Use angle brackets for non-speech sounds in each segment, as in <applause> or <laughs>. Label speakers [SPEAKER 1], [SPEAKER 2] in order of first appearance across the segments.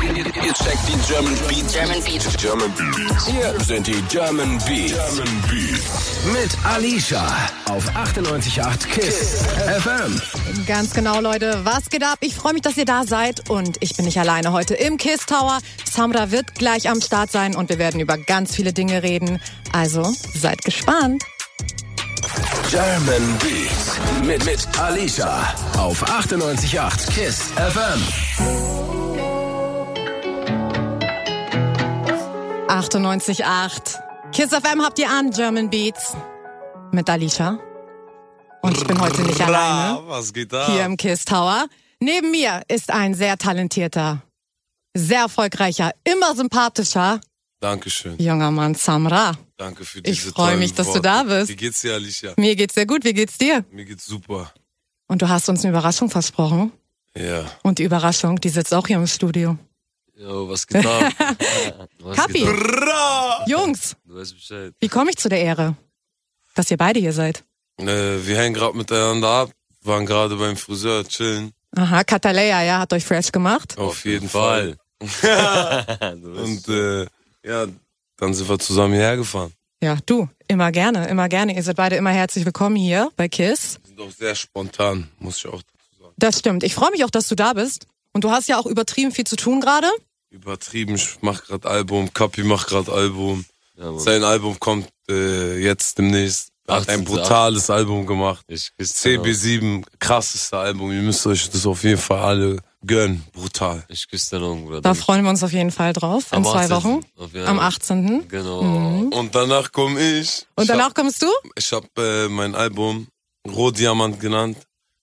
[SPEAKER 1] Check die German Beats.
[SPEAKER 2] German Beat.
[SPEAKER 1] German Beats. Hier sind die German Beats. German Beats.
[SPEAKER 3] Mit Alicia auf 98.8 Kiss FM.
[SPEAKER 4] Ganz genau, Leute. Was geht ab? Ich freue mich, dass ihr da seid. Und ich bin nicht alleine heute im Kiss Tower. Samra wird gleich am Start sein und wir werden über ganz viele Dinge reden. Also seid gespannt.
[SPEAKER 3] German Beats mit, mit Alicia auf 98.8 Kiss FM.
[SPEAKER 4] 98.8. Kiss FM habt ihr an, German Beats. Mit Alicia. Und ich bin heute nicht alleine.
[SPEAKER 5] Ah, was geht da?
[SPEAKER 4] Hier im Kiss Tower. Neben mir ist ein sehr talentierter, sehr erfolgreicher, immer sympathischer
[SPEAKER 5] Dankeschön.
[SPEAKER 4] junger Mann Samra.
[SPEAKER 5] Danke für
[SPEAKER 4] Ich
[SPEAKER 5] diese
[SPEAKER 4] freu
[SPEAKER 5] tollen
[SPEAKER 4] mich, dass du
[SPEAKER 5] Worte.
[SPEAKER 4] da bist.
[SPEAKER 5] Wie geht's dir, Alicia?
[SPEAKER 4] Mir geht's sehr gut, wie geht's dir?
[SPEAKER 5] Mir geht's super.
[SPEAKER 4] Und du hast uns eine Überraschung versprochen.
[SPEAKER 5] Ja.
[SPEAKER 4] Und die Überraschung, die sitzt auch hier im Studio.
[SPEAKER 6] Jo, was geht
[SPEAKER 4] <laughs>
[SPEAKER 6] ab? Was
[SPEAKER 4] Kapi.
[SPEAKER 6] geht ab?
[SPEAKER 4] Jungs,
[SPEAKER 6] Du weißt Bescheid.
[SPEAKER 4] wie komme ich zu der Ehre, dass ihr beide hier seid?
[SPEAKER 5] Äh, wir hängen gerade miteinander ab, waren gerade beim Friseur chillen.
[SPEAKER 4] Aha, Kataleya, ja, hat euch fresh gemacht.
[SPEAKER 5] Auf, jeden Fall. <laughs>
[SPEAKER 6] <laughs> Du
[SPEAKER 5] Und
[SPEAKER 6] weißt
[SPEAKER 5] äh, ja, dann sind wir zusammen hierher gefahren.
[SPEAKER 4] Ja, du, immer gerne, immer gerne. Ihr seid beide immer herzlich willkommen hier bei KISS.
[SPEAKER 5] Wir sind auch sehr spontan, muss ich auch dazu sagen.
[SPEAKER 4] Das stimmt. Ich freue mich auch, dass du da bist. Und du hast ja auch übertrieben viel zu tun gerade.
[SPEAKER 5] Übertrieben, ich mach gerade Album, Kapi macht gerade Album.
[SPEAKER 6] Ja, Mann.
[SPEAKER 5] Sein Album kommt äh, jetzt demnächst. Er hat ein
[SPEAKER 6] 18.
[SPEAKER 5] brutales Album gemacht.
[SPEAKER 6] Ich küsse deine Augen.
[SPEAKER 5] CB7, krasseste Album. Ihr müsst euch das auf jeden Fall alle gönnen. Brutal.
[SPEAKER 6] Ich küsse deine Augen, Bruder.
[SPEAKER 4] Da freuen wir uns auf jeden Fall drauf. In
[SPEAKER 6] Am
[SPEAKER 4] zwei
[SPEAKER 6] 18..
[SPEAKER 4] Wochen.
[SPEAKER 6] Auf jeden
[SPEAKER 4] Am
[SPEAKER 6] Fall.
[SPEAKER 4] 18.
[SPEAKER 6] Genau.
[SPEAKER 4] Mhm.
[SPEAKER 5] Und danach komme ich.
[SPEAKER 4] Und danach kommst du?
[SPEAKER 5] Ich habe hab, äh, mein Album Rohdiamant genannt.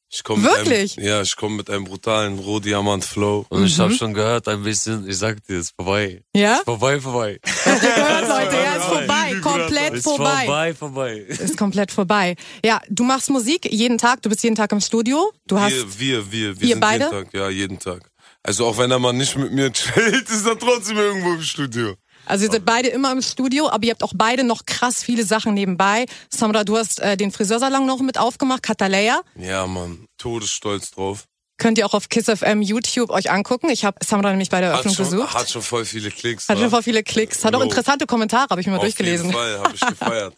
[SPEAKER 5] Ich komm
[SPEAKER 4] Wirklich?
[SPEAKER 5] Mit einem, ja, ich komme mit einem brutalen Rohdiamant-Flow.
[SPEAKER 6] Und ich habe schon gehört, ein bisschen, ich sag dir, ist vorbei.
[SPEAKER 4] Mhm.
[SPEAKER 6] <laughs>
[SPEAKER 4] Ja?
[SPEAKER 6] Ist vorbei, vorbei.
[SPEAKER 4] Gehört, Leute, ja, ist vorbei. Komplett
[SPEAKER 6] Ist
[SPEAKER 4] vorbei.
[SPEAKER 6] vorbei, vorbei.
[SPEAKER 4] Ist komplett vorbei. Ja, du machst Musik jeden Tag, du bist jeden Tag im Studio. Du hast
[SPEAKER 5] wir, wir, wir, wir
[SPEAKER 4] Ihr
[SPEAKER 5] sind
[SPEAKER 4] beide?
[SPEAKER 5] jeden Tag. Ja, jeden Tag. Also auch wenn er mal nicht mit mir chillt, <laughs> ist er trotzdem irgendwo im Studio.
[SPEAKER 4] Also ihr seid beide immer im Studio, aber ihr habt auch beide noch krass viele Sachen nebenbei. Samra, du hast äh, den Friseursalon noch mit aufgemacht, Kataleya.
[SPEAKER 5] Ja, Mann. Todesstolz drauf.
[SPEAKER 4] Könnt ihr auch auf Kiss FM YouTube euch angucken. Ich habe Samra nämlich bei der
[SPEAKER 5] Hat
[SPEAKER 4] Eröffnung
[SPEAKER 5] schon,
[SPEAKER 4] besucht.
[SPEAKER 5] hat schon voll viele Klicks.
[SPEAKER 4] Hat
[SPEAKER 5] wa?
[SPEAKER 4] schon voll viele Klicks. Hat auch
[SPEAKER 5] Jo.
[SPEAKER 4] interessante Kommentare, habe ich mir mal
[SPEAKER 5] Auf
[SPEAKER 4] durchgelesen.
[SPEAKER 5] jeden
[SPEAKER 4] <laughs>
[SPEAKER 5] Fall, habe ich gefeiert.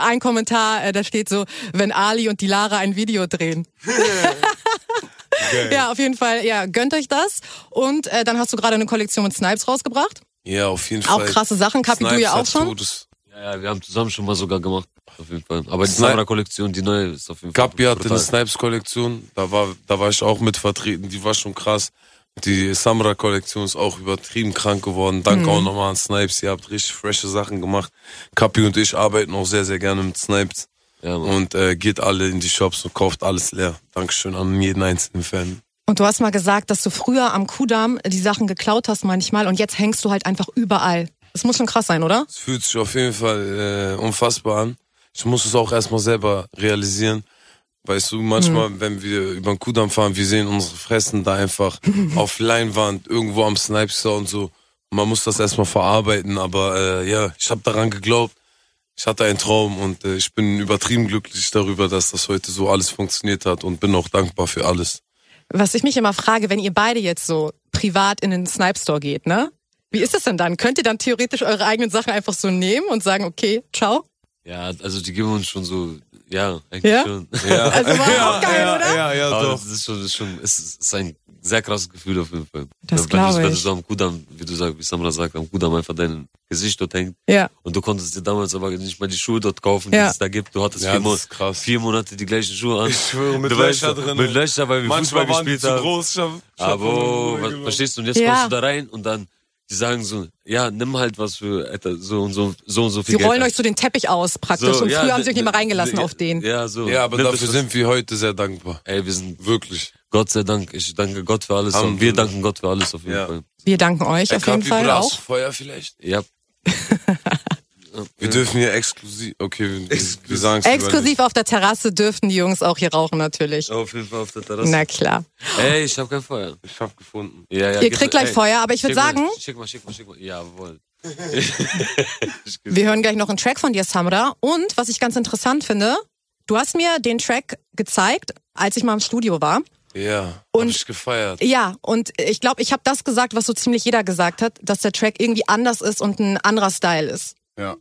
[SPEAKER 4] Ein Kommentar, äh, da steht so, wenn Ali und die Lara ein Video drehen.
[SPEAKER 5] <laughs> Geil.
[SPEAKER 4] Ja, auf jeden Fall. Ja, gönnt euch das. Und äh, dann hast du gerade eine Kollektion mit Snipes rausgebracht.
[SPEAKER 5] Ja, auf jeden
[SPEAKER 4] Auch
[SPEAKER 5] Fall.
[SPEAKER 4] krasse Sachen. Kapi, du
[SPEAKER 5] Snipes
[SPEAKER 4] ja auch
[SPEAKER 5] hat
[SPEAKER 4] schon.
[SPEAKER 5] Todes.
[SPEAKER 6] Ja, ja, wir haben zusammen schon mal sogar gemacht. Auf jeden Fall. Aber die
[SPEAKER 5] Snipe-
[SPEAKER 6] Samra-Kollektion, die neue, ist auf jeden Fall.
[SPEAKER 5] Kapi hatte
[SPEAKER 6] brutal.
[SPEAKER 5] eine Snipes-Kollektion, da war, da war ich auch mit vertreten, die war schon krass. Die Samra-Kollektion ist auch übertrieben krank geworden. Danke auch nochmal an Snipes, ihr habt richtig frische Sachen gemacht. Kapi und ich arbeiten auch sehr, sehr gerne mit Snipes.
[SPEAKER 6] Ja, Mann.
[SPEAKER 5] Und äh, geht alle in die Shops und kauft alles leer. Dankeschön an jeden einzelnen Fan.
[SPEAKER 4] Und du hast mal gesagt, dass du früher am Kudamm die Sachen geklaut hast manchmal und jetzt hängst du halt einfach überall. Das muss schon krass sein, oder?
[SPEAKER 5] Es fühlt sich auf jeden Fall äh, unfassbar an. Ich muss es auch erstmal selber realisieren. Weißt du, manchmal, wenn wir über den Kudamm fahren, wir sehen unsere Fressen da einfach auf Leinwand, irgendwo am Snipester und so. Man muss das erstmal verarbeiten, aber äh, ja, ich habe daran geglaubt. Ich hatte einen Traum und äh, ich bin übertrieben glücklich darüber, dass das heute so alles funktioniert hat und bin auch dankbar für alles.
[SPEAKER 4] Was ich mich immer frage, wenn ihr beide jetzt so privat in den Snipe Store geht, ne? Wie ist das denn dann? Könnt ihr dann theoretisch eure eigenen Sachen einfach so nehmen und sagen, okay, ciao?
[SPEAKER 6] Ja, also die geben uns schon so, ja, eigentlich
[SPEAKER 4] Ja?
[SPEAKER 6] schon. <laughs>
[SPEAKER 5] Ja,
[SPEAKER 4] Also war auch geil,
[SPEAKER 5] ja,
[SPEAKER 4] oder?
[SPEAKER 5] ja, ja,
[SPEAKER 6] Aber
[SPEAKER 5] doch.
[SPEAKER 6] das ist schon, das ist schon es ist, es ist ein sehr krasses Gefühl auf jeden Fall.
[SPEAKER 4] Das
[SPEAKER 6] wenn, du-
[SPEAKER 4] glaub
[SPEAKER 6] Wenn du
[SPEAKER 4] ich.
[SPEAKER 6] so am Kudamm, wie du sagst, wie Samra sagt, am Kudamm einfach dein Gesicht dort hängt.
[SPEAKER 4] Ja.
[SPEAKER 6] Und du konntest dir damals aber nicht mal die Schuhe dort kaufen,
[SPEAKER 4] Ja.
[SPEAKER 6] die es da gibt. Du hattest
[SPEAKER 5] Ja,
[SPEAKER 6] vier,
[SPEAKER 5] das
[SPEAKER 6] Mo
[SPEAKER 5] ist krass.
[SPEAKER 6] vier Monate die gleichen Schuhe an.
[SPEAKER 5] Ich schwöre, mit
[SPEAKER 6] Du weißt
[SPEAKER 5] Löcher
[SPEAKER 6] schon,
[SPEAKER 5] drin.
[SPEAKER 6] Mit Löcher, weil wir
[SPEAKER 5] Manchmal
[SPEAKER 6] Fußball
[SPEAKER 5] waren die
[SPEAKER 6] gespielt
[SPEAKER 5] zu
[SPEAKER 6] haben.
[SPEAKER 5] groß. Ich hab, ich hab
[SPEAKER 6] Aber,
[SPEAKER 5] nur
[SPEAKER 6] was,
[SPEAKER 5] geglaubt.
[SPEAKER 6] verstehst du? Und jetzt
[SPEAKER 4] Ja.
[SPEAKER 6] kommst du da rein und dann, die sagen so, ja, nimm halt was für, Alter, so und so, so und so viel
[SPEAKER 4] Die
[SPEAKER 6] Geld.
[SPEAKER 4] rollen
[SPEAKER 6] ein.
[SPEAKER 4] euch so den Teppich aus praktisch und
[SPEAKER 6] ja,
[SPEAKER 4] früher haben sie
[SPEAKER 6] d-
[SPEAKER 4] euch nicht mal
[SPEAKER 6] d-
[SPEAKER 4] reingelassen
[SPEAKER 6] d-
[SPEAKER 4] auf den.
[SPEAKER 6] Ja, so.
[SPEAKER 5] Ja, aber
[SPEAKER 6] Nimm
[SPEAKER 5] dafür
[SPEAKER 6] das, was-
[SPEAKER 5] sind wir heute sehr dankbar.
[SPEAKER 6] Ey, wir sind
[SPEAKER 5] Wirklich.
[SPEAKER 6] Gott sei Dank, ich danke Gott für alles und wir
[SPEAKER 5] Alhamdulillah.
[SPEAKER 6] danken Gott für alles auf jeden
[SPEAKER 5] Ja.
[SPEAKER 6] Fall.
[SPEAKER 4] Wir danken euch auf jeden Fall
[SPEAKER 5] Bruder, hast
[SPEAKER 4] auch.
[SPEAKER 5] du Feuer vielleicht?
[SPEAKER 6] Ja,
[SPEAKER 5] Wir dürfen hier exklusiv. Okay, wir, wir sagen es
[SPEAKER 4] Exklusiv auf der Terrasse dürften die Jungs auch hier rauchen natürlich.
[SPEAKER 6] auf jeden Fall auf der Terrasse.
[SPEAKER 4] Na klar.
[SPEAKER 6] Ey, ich hab kein Feuer.
[SPEAKER 5] Ich hab gefunden.
[SPEAKER 6] Ja, ja,
[SPEAKER 4] Ihr
[SPEAKER 6] gib
[SPEAKER 4] kriegt
[SPEAKER 6] mir-
[SPEAKER 4] gleich Feuer, aber ich würd
[SPEAKER 6] schick mal-
[SPEAKER 4] sagen-
[SPEAKER 6] Schick mal, schick mal, schick mal. Jawohl.
[SPEAKER 4] Wir hören gleich noch einen Track von dir, Samra. Und was ich ganz interessant finde, du hast mir den Track gezeigt, als ich mal im Studio war.
[SPEAKER 5] Ja, hab
[SPEAKER 4] Und-
[SPEAKER 5] ich gefeiert.
[SPEAKER 4] Ja, und ich glaube, ich habe das gesagt, was so ziemlich jeder gesagt hat, dass der Track irgendwie anders ist und ein anderer Style ist.
[SPEAKER 5] Ja.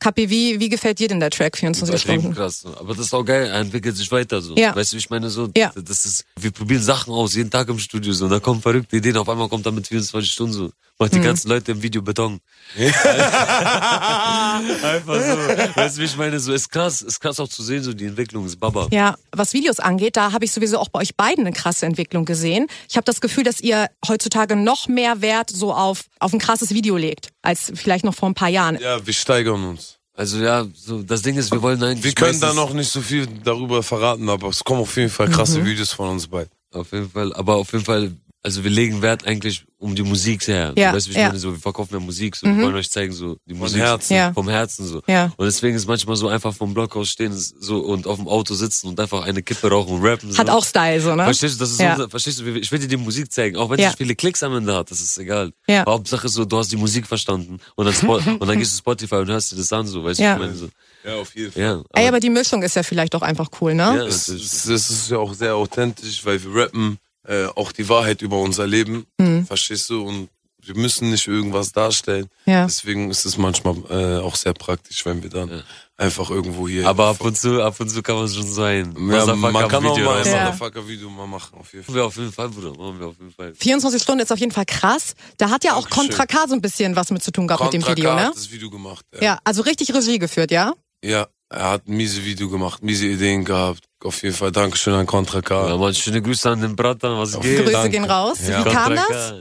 [SPEAKER 4] Kapi, wie, wie gefällt dir denn der Track 24
[SPEAKER 6] Extrem
[SPEAKER 4] Stunden?
[SPEAKER 6] krass. So. Aber das ist auch geil, er entwickelt sich weiter so.
[SPEAKER 4] Ja.
[SPEAKER 6] Weißt du, wie ich meine so,
[SPEAKER 4] Ja.
[SPEAKER 6] das ist, wir probieren Sachen aus, jeden Tag im Studio so, und da kommen verrückte Ideen, auf einmal kommt er mit 24 Stunden so, macht
[SPEAKER 4] Mhm.
[SPEAKER 6] die ganzen Leute im Video
[SPEAKER 5] <laughs>
[SPEAKER 6] Beton. Einfach so, weißt du, wie ich meine so, ist krass, ist krass auch zu sehen, so die Entwicklung ist Baba.
[SPEAKER 4] Ja, was Videos angeht, da habe ich sowieso auch bei euch beiden eine krasse Entwicklung gesehen. Ich habe das Gefühl, dass ihr heutzutage noch mehr Wert so auf, auf ein krasses Video legt, als vielleicht noch vor ein paar Jahren.
[SPEAKER 5] Ja, wir steigern uns.
[SPEAKER 6] Also ja, so, das Ding ist, wir wollen eigentlich...
[SPEAKER 5] Wir können da
[SPEAKER 6] meistens-
[SPEAKER 5] noch nicht so viel darüber verraten, aber es kommen auf jeden Fall
[SPEAKER 4] Mhm.
[SPEAKER 5] krasse Videos von uns beiden.
[SPEAKER 6] Auf jeden Fall, aber auf jeden Fall, also wir legen Wert eigentlich um die Musik her.
[SPEAKER 4] Ja,
[SPEAKER 6] Ja, weißt du, wie ich
[SPEAKER 4] ja. Mhm.
[SPEAKER 6] meine, so, wir verkaufen ja Musik, so, wir wollen euch zeigen, so, die Musik
[SPEAKER 5] Herzen.
[SPEAKER 4] Ja.
[SPEAKER 6] vom Herzen, so.
[SPEAKER 4] Ja.
[SPEAKER 6] Und deswegen ist manchmal so einfach vom Blockhaus stehen, ist so, und auf dem Auto sitzen und einfach eine Kippe rauchen und rappen, so.
[SPEAKER 4] Hat auch Style, so, ne?
[SPEAKER 6] genau. Verstehst du, das ist
[SPEAKER 4] Ja.
[SPEAKER 6] unser, verstehst du, wir- ich will dir die Musik zeigen, auch wenn
[SPEAKER 4] Ja.
[SPEAKER 6] es viele Klicks am Ende hat, das ist egal.
[SPEAKER 4] Ja.
[SPEAKER 6] Aber Hauptsache so, du hast die Musik verstanden und dann,
[SPEAKER 4] <laughs>
[SPEAKER 6] Spo und dann gehst du Spotify und hörst dir das an, so, weißt du,
[SPEAKER 4] Ja.
[SPEAKER 6] ich meine, so.
[SPEAKER 5] Ja, auf jeden Fall.
[SPEAKER 6] Ja,
[SPEAKER 4] Ey, aber die Mischung ist ja vielleicht auch einfach cool, ne?
[SPEAKER 6] ja,
[SPEAKER 5] Es,
[SPEAKER 6] natürlich.
[SPEAKER 5] es, es ist ja auch sehr authentisch, weil wir rappen äh, auch die Wahrheit über unser Leben,
[SPEAKER 4] Mhm.
[SPEAKER 5] verstehst du? Und wir müssen nicht irgendwas darstellen.
[SPEAKER 4] Ja.
[SPEAKER 5] Deswegen ist es manchmal äh, auch sehr praktisch, wenn wir dann einfach irgendwo hier.
[SPEAKER 6] aber ab und zu, ab und zu kann man schon sein.
[SPEAKER 5] ja, man kann auch mal ein
[SPEAKER 4] ne? Ja.
[SPEAKER 5] Motherfucker-Video mal machen, auf jeden Fall.
[SPEAKER 6] Machen wir auf jeden Fall, Bruder. Machen wir auf jeden Fall.
[SPEAKER 4] 24 Stunden ist auf jeden Fall krass. Da hat ja auch
[SPEAKER 5] Dankeschön.
[SPEAKER 4] Contra K so ein bisschen was mit zu tun gehabt mit dem
[SPEAKER 5] Contra
[SPEAKER 4] Video,
[SPEAKER 5] K
[SPEAKER 4] ne?
[SPEAKER 5] hat das Video gemacht. Ja.
[SPEAKER 4] Ja, also richtig Regie geführt, ja?
[SPEAKER 5] Ja, er hat ein miese Video gemacht, miese Ideen gehabt. Auf jeden Fall Dankeschön an Contra
[SPEAKER 6] Ja,
[SPEAKER 5] K.
[SPEAKER 6] Mann, schöne Grüße an den Bratan, was geht?
[SPEAKER 4] Grüße
[SPEAKER 5] danke.
[SPEAKER 4] gehen raus.
[SPEAKER 5] Ja.
[SPEAKER 4] Wie kam das?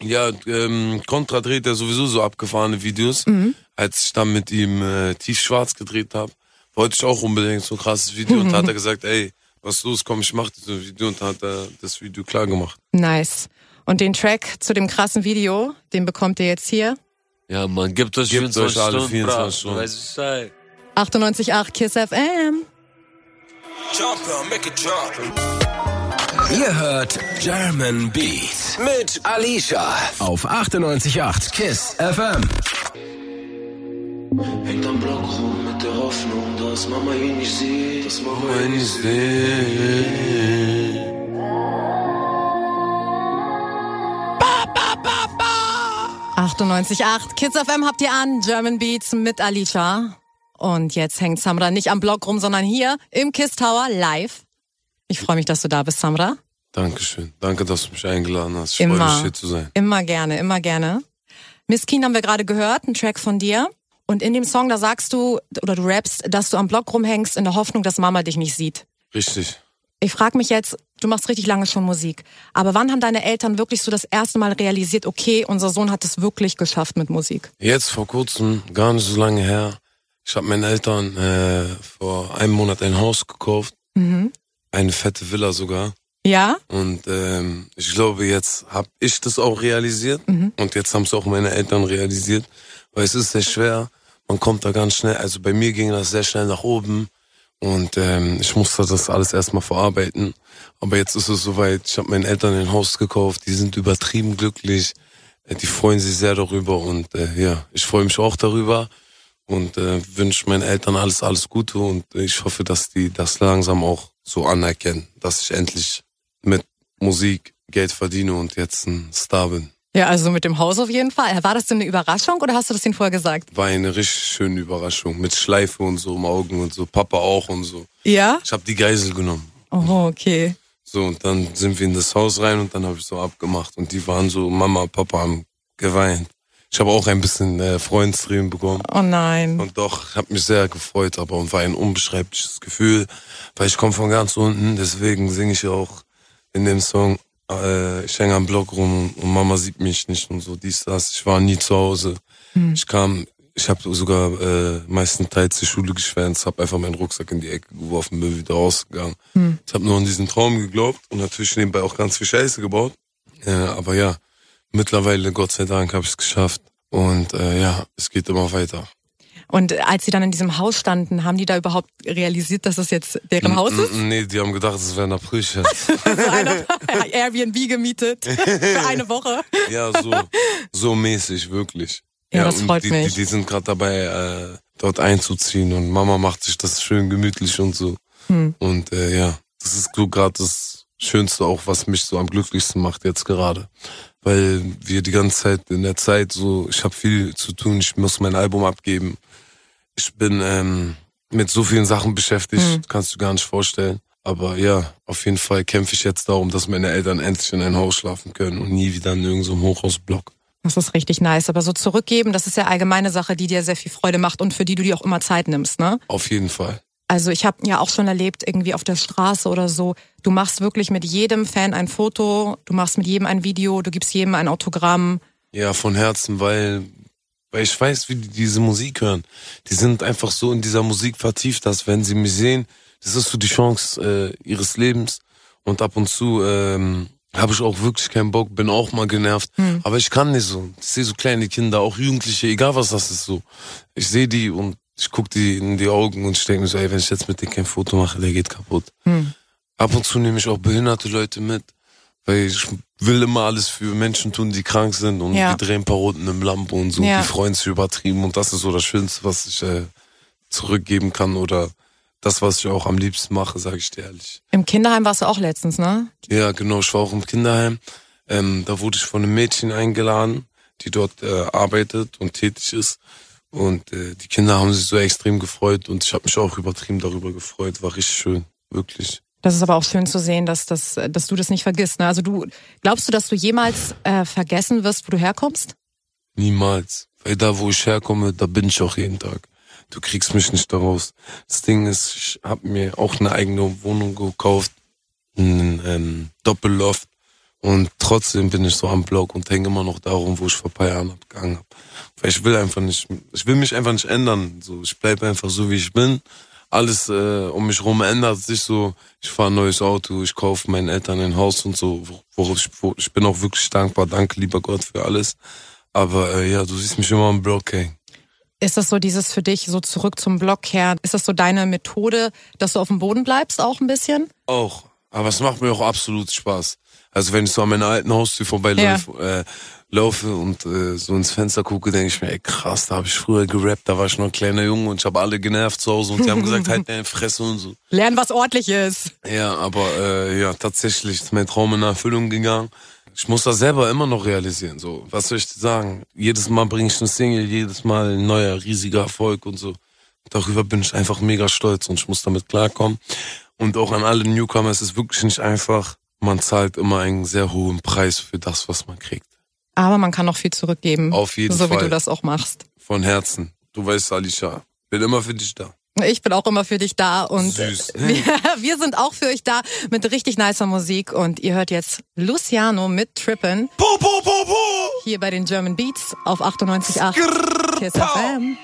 [SPEAKER 5] Ja, ähm, Contra dreht ja sowieso so abgefahrene Videos. Als ich dann mit ihm äh, Tiefschwarz gedreht habe, wollte ich auch unbedingt so ein krasses Video. Und da hat er gesagt, ey, was ist los, komm, ich mach das Video. Und dann hat er das Video klar gemacht.
[SPEAKER 4] Nice. Und den Track zu dem krassen Video, den bekommt ihr jetzt hier.
[SPEAKER 6] Ja, Mann, gebt euch
[SPEAKER 5] Gebt
[SPEAKER 6] 24
[SPEAKER 5] euch alle
[SPEAKER 6] Stunden,
[SPEAKER 5] 24
[SPEAKER 6] Bra.
[SPEAKER 5] Stunden.
[SPEAKER 6] Weiß ich sei.
[SPEAKER 4] 98.8 KISS FM.
[SPEAKER 3] Ihr hört German Beat mit Alicia auf 98.8 KISS FM.
[SPEAKER 2] Hängt am Block rum mit der Hoffnung, dass Mama ihn nicht sieht. Dass Mama ihn
[SPEAKER 5] Wenn
[SPEAKER 2] nicht
[SPEAKER 5] ich sehe,
[SPEAKER 4] Bam. 98.8 KISS FM habt ihr an. German Beats mit Alicia. Und jetzt hängt Samra nicht am Block rum, sondern hier im KISS Tower live. Ich freue mich, dass du da bist, Samra.
[SPEAKER 5] Dankeschön. Danke, dass du mich eingeladen hast. Ich freue mich,
[SPEAKER 4] Immer.
[SPEAKER 5] hier zu sein.
[SPEAKER 4] Immer gerne, immer gerne. Miss Keen haben wir gerade gehört, ein Track von dir. Und in dem Song, da sagst du, oder du rappst, dass du am Block rumhängst in der Hoffnung, dass Mama dich nicht sieht.
[SPEAKER 5] Richtig.
[SPEAKER 4] Ich frage mich jetzt, du machst richtig lange schon Musik, aber wann haben deine Eltern wirklich so das erste Mal realisiert, okay, unser Sohn hat es wirklich geschafft mit Musik?
[SPEAKER 5] Jetzt vor kurzem, gar nicht so lange her, ich habe meinen Eltern äh, vor einem Monat ein Haus gekauft, eine fette Villa sogar.
[SPEAKER 4] Ja?
[SPEAKER 5] Und ähm, ich glaube, jetzt habe ich das auch realisiert und jetzt haben es auch meine Eltern realisiert, weil es ist sehr schwer. Man kommt da ganz schnell, also bei mir ging das sehr schnell nach oben und ähm, ich musste das alles erstmal verarbeiten. Aber jetzt ist es soweit, ich habe meinen Eltern ein Haus gekauft, die sind übertrieben glücklich, Äh, die freuen sich sehr darüber und äh, ja, ich freue mich auch darüber und äh, wünsche meinen Eltern alles, alles Gute und äh, ich hoffe, dass die das langsam auch so anerkennen, dass ich endlich mit Musik Geld verdiene und jetzt ein Star bin.
[SPEAKER 4] Ja, also mit dem Haus auf jeden Fall. War das denn eine Überraschung oder hast du das ihnen vorher gesagt?
[SPEAKER 5] War eine richtig schöne Überraschung mit Schleife und so im Augen und so, Papa auch und so.
[SPEAKER 4] Ja?
[SPEAKER 5] Ich habe die Geisel genommen.
[SPEAKER 4] Oh, okay.
[SPEAKER 5] So, und dann sind wir in das Haus rein und dann habe ich so abgemacht. Und die waren so, Mama, Papa haben geweint. Ich habe auch ein bisschen äh, Freundstränen bekommen.
[SPEAKER 4] Oh nein.
[SPEAKER 5] Und doch, ich habe mich sehr gefreut, aber und war ein unbeschreibliches Gefühl, weil ich komme von ganz unten, deswegen singe ich auch in dem Song, äh, ich hänge am Block rum und Mama sieht mich nicht und so, dies, das. Ich war nie zu Hause. Ich kam, ich habe sogar äh, meistenteils zur Schule geschwänzt, habe einfach meinen Rucksack in die Ecke geworfen, bin wieder rausgegangen. Ich habe nur an diesen Traum geglaubt und natürlich nebenbei auch ganz viel Scheiße gebaut. Äh, aber ja, mittlerweile, Gott sei Dank, habe ich es geschafft. Und äh, ja, es geht immer weiter.
[SPEAKER 4] Und als sie dann in diesem Haus standen, haben die da überhaupt realisiert, dass das jetzt deren Haus ist?
[SPEAKER 5] Mm, Nee, die haben gedacht, es wäre ein
[SPEAKER 4] <laughs>
[SPEAKER 5] Aprilscherz.
[SPEAKER 4] Also einer <laughs> Airbnb gemietet für eine Woche.
[SPEAKER 5] ja, so, so mäßig, wirklich.
[SPEAKER 4] Ja, das
[SPEAKER 5] und
[SPEAKER 4] freut
[SPEAKER 5] die,
[SPEAKER 4] mich.
[SPEAKER 5] Die, die sind gerade dabei, äh, dort einzuziehen
[SPEAKER 4] Hm.
[SPEAKER 5] und Mama macht sich das schön gemütlich und so. Und äh, ja, das ist so gerade das Schönste auch, was mich so am glücklichsten macht jetzt gerade. Weil wir die ganze Zeit in der Zeit so, ich habe viel zu tun, ich muss mein Album abgeben. Ich bin ähm, mit so vielen Sachen beschäftigt, kannst du gar nicht vorstellen. Aber ja, auf jeden Fall kämpfe ich jetzt darum, dass meine Eltern endlich in ein Haus schlafen können und nie wieder in irgendeinem Hochhausblock.
[SPEAKER 4] Das ist richtig nice. Aber so zurückgeben, das ist ja allgemeine Sache, die dir sehr viel Freude macht und für die du dir auch immer Zeit nimmst, ne?
[SPEAKER 5] Auf jeden Fall.
[SPEAKER 4] Also ich habe ja auch schon erlebt, irgendwie auf der Straße oder so, du machst wirklich mit jedem Fan ein Foto, du machst mit jedem ein Video, du gibst jedem ein Autogramm.
[SPEAKER 5] Ja, von Herzen, weil, weil ich weiß, wie die diese Musik hören. Die sind einfach so in dieser Musik vertieft, dass wenn sie mich sehen, das ist so die Chance äh, ihres Lebens. Und ab und zu ähm, habe ich auch wirklich keinen Bock, bin auch mal genervt. Aber ich kann nicht so. Ich sehe so kleine Kinder, auch Jugendliche, egal was das ist so. Ich sehe die und ich gucke die in die Augen und ich denke mir so, ey, wenn ich jetzt mit denen kein Foto mache, der geht kaputt. Ab und zu nehme ich auch behinderte Leute mit, weil ich will immer alles für Menschen tun, die krank sind und
[SPEAKER 4] Ja.
[SPEAKER 5] die drehen ein paar Runden im Lambo und so.
[SPEAKER 4] Ja.
[SPEAKER 5] um Die freuen sich übertrieben und das ist so das Schönste, was ich äh, zurückgeben kann oder das, was ich auch am liebsten mache, sage ich dir ehrlich.
[SPEAKER 4] Im Kinderheim warst du auch letztens, ne?
[SPEAKER 5] Ja, genau, ich war auch im Kinderheim. Ähm, da wurde ich von einem Mädchen eingeladen, die dort äh, arbeitet und tätig ist. Und äh, die Kinder haben sich so extrem gefreut und ich habe mich auch übertrieben darüber gefreut. War richtig schön, wirklich.
[SPEAKER 4] Das ist aber auch schön zu sehen, dass, dass, dass du das nicht vergisst. Ne? Also du glaubst du, dass du jemals äh, vergessen wirst, wo du herkommst?
[SPEAKER 5] Niemals. Weil da, wo ich herkomme, da bin ich auch jeden Tag. Du kriegst mich nicht daraus. Das Ding ist, ich hab mir auch eine eigene Wohnung gekauft, einen ähm, Doppelloft. Und trotzdem bin ich so am Block und hänge immer noch darum, wo ich vor ein paar Jahren abgegangen habe. Weil ich will einfach nicht, ich will mich einfach nicht ändern. So, ich bleibe einfach so, wie ich bin. Alles äh, um mich rum ändert sich so. Ich fahre ein neues Auto, ich kaufe meinen Eltern ein Haus und so. Worauf ich, wo, ich bin auch wirklich dankbar. Danke, lieber Gott, für alles. Aber äh, ja, du siehst mich immer am Block hängen.
[SPEAKER 4] Ist das so dieses für dich so zurück zum Block her? Ist das so deine Methode, dass du auf dem Boden bleibst auch ein bisschen?
[SPEAKER 5] Auch. Aber es macht mir auch absolut Spaß. Also wenn ich so an meiner alten Haustür vorbeiläufe äh, laufe und äh, so ins Fenster gucke, denke ich mir, ey krass, da habe ich früher gerappt, da war ich noch ein kleiner Junge und ich habe alle genervt zu Hause und die haben gesagt, halt deine Fresse und so.
[SPEAKER 4] Lern, was ordentlich ist.
[SPEAKER 5] Ja, aber äh, ja, tatsächlich ist mein Traum in Erfüllung gegangen. Ich muss das selber immer noch realisieren. So, was soll ich dir sagen? Jedes Mal bringe ich eine Single, jedes Mal ein neuer riesiger Erfolg und so. Darüber bin ich einfach mega stolz und ich muss damit klarkommen. Und auch an alle Newcomer, es ist wirklich nicht einfach. Man zahlt immer einen sehr hohen Preis für das, was man kriegt.
[SPEAKER 4] Aber man kann noch viel zurückgeben.
[SPEAKER 5] Auf jeden
[SPEAKER 4] so So wie
[SPEAKER 5] Fall.
[SPEAKER 4] du das auch machst.
[SPEAKER 5] Von Herzen. Du weißt, Alicia, bin immer für dich da.
[SPEAKER 4] Ich bin auch immer für dich da und
[SPEAKER 5] Süß.
[SPEAKER 4] Wir, <laughs> wir sind auch für euch da mit richtig nicer Musik und ihr hört jetzt Luciano mit Trippin. Po, po, po, po. Hier bei den German Beats auf 98.8 Kiss FM.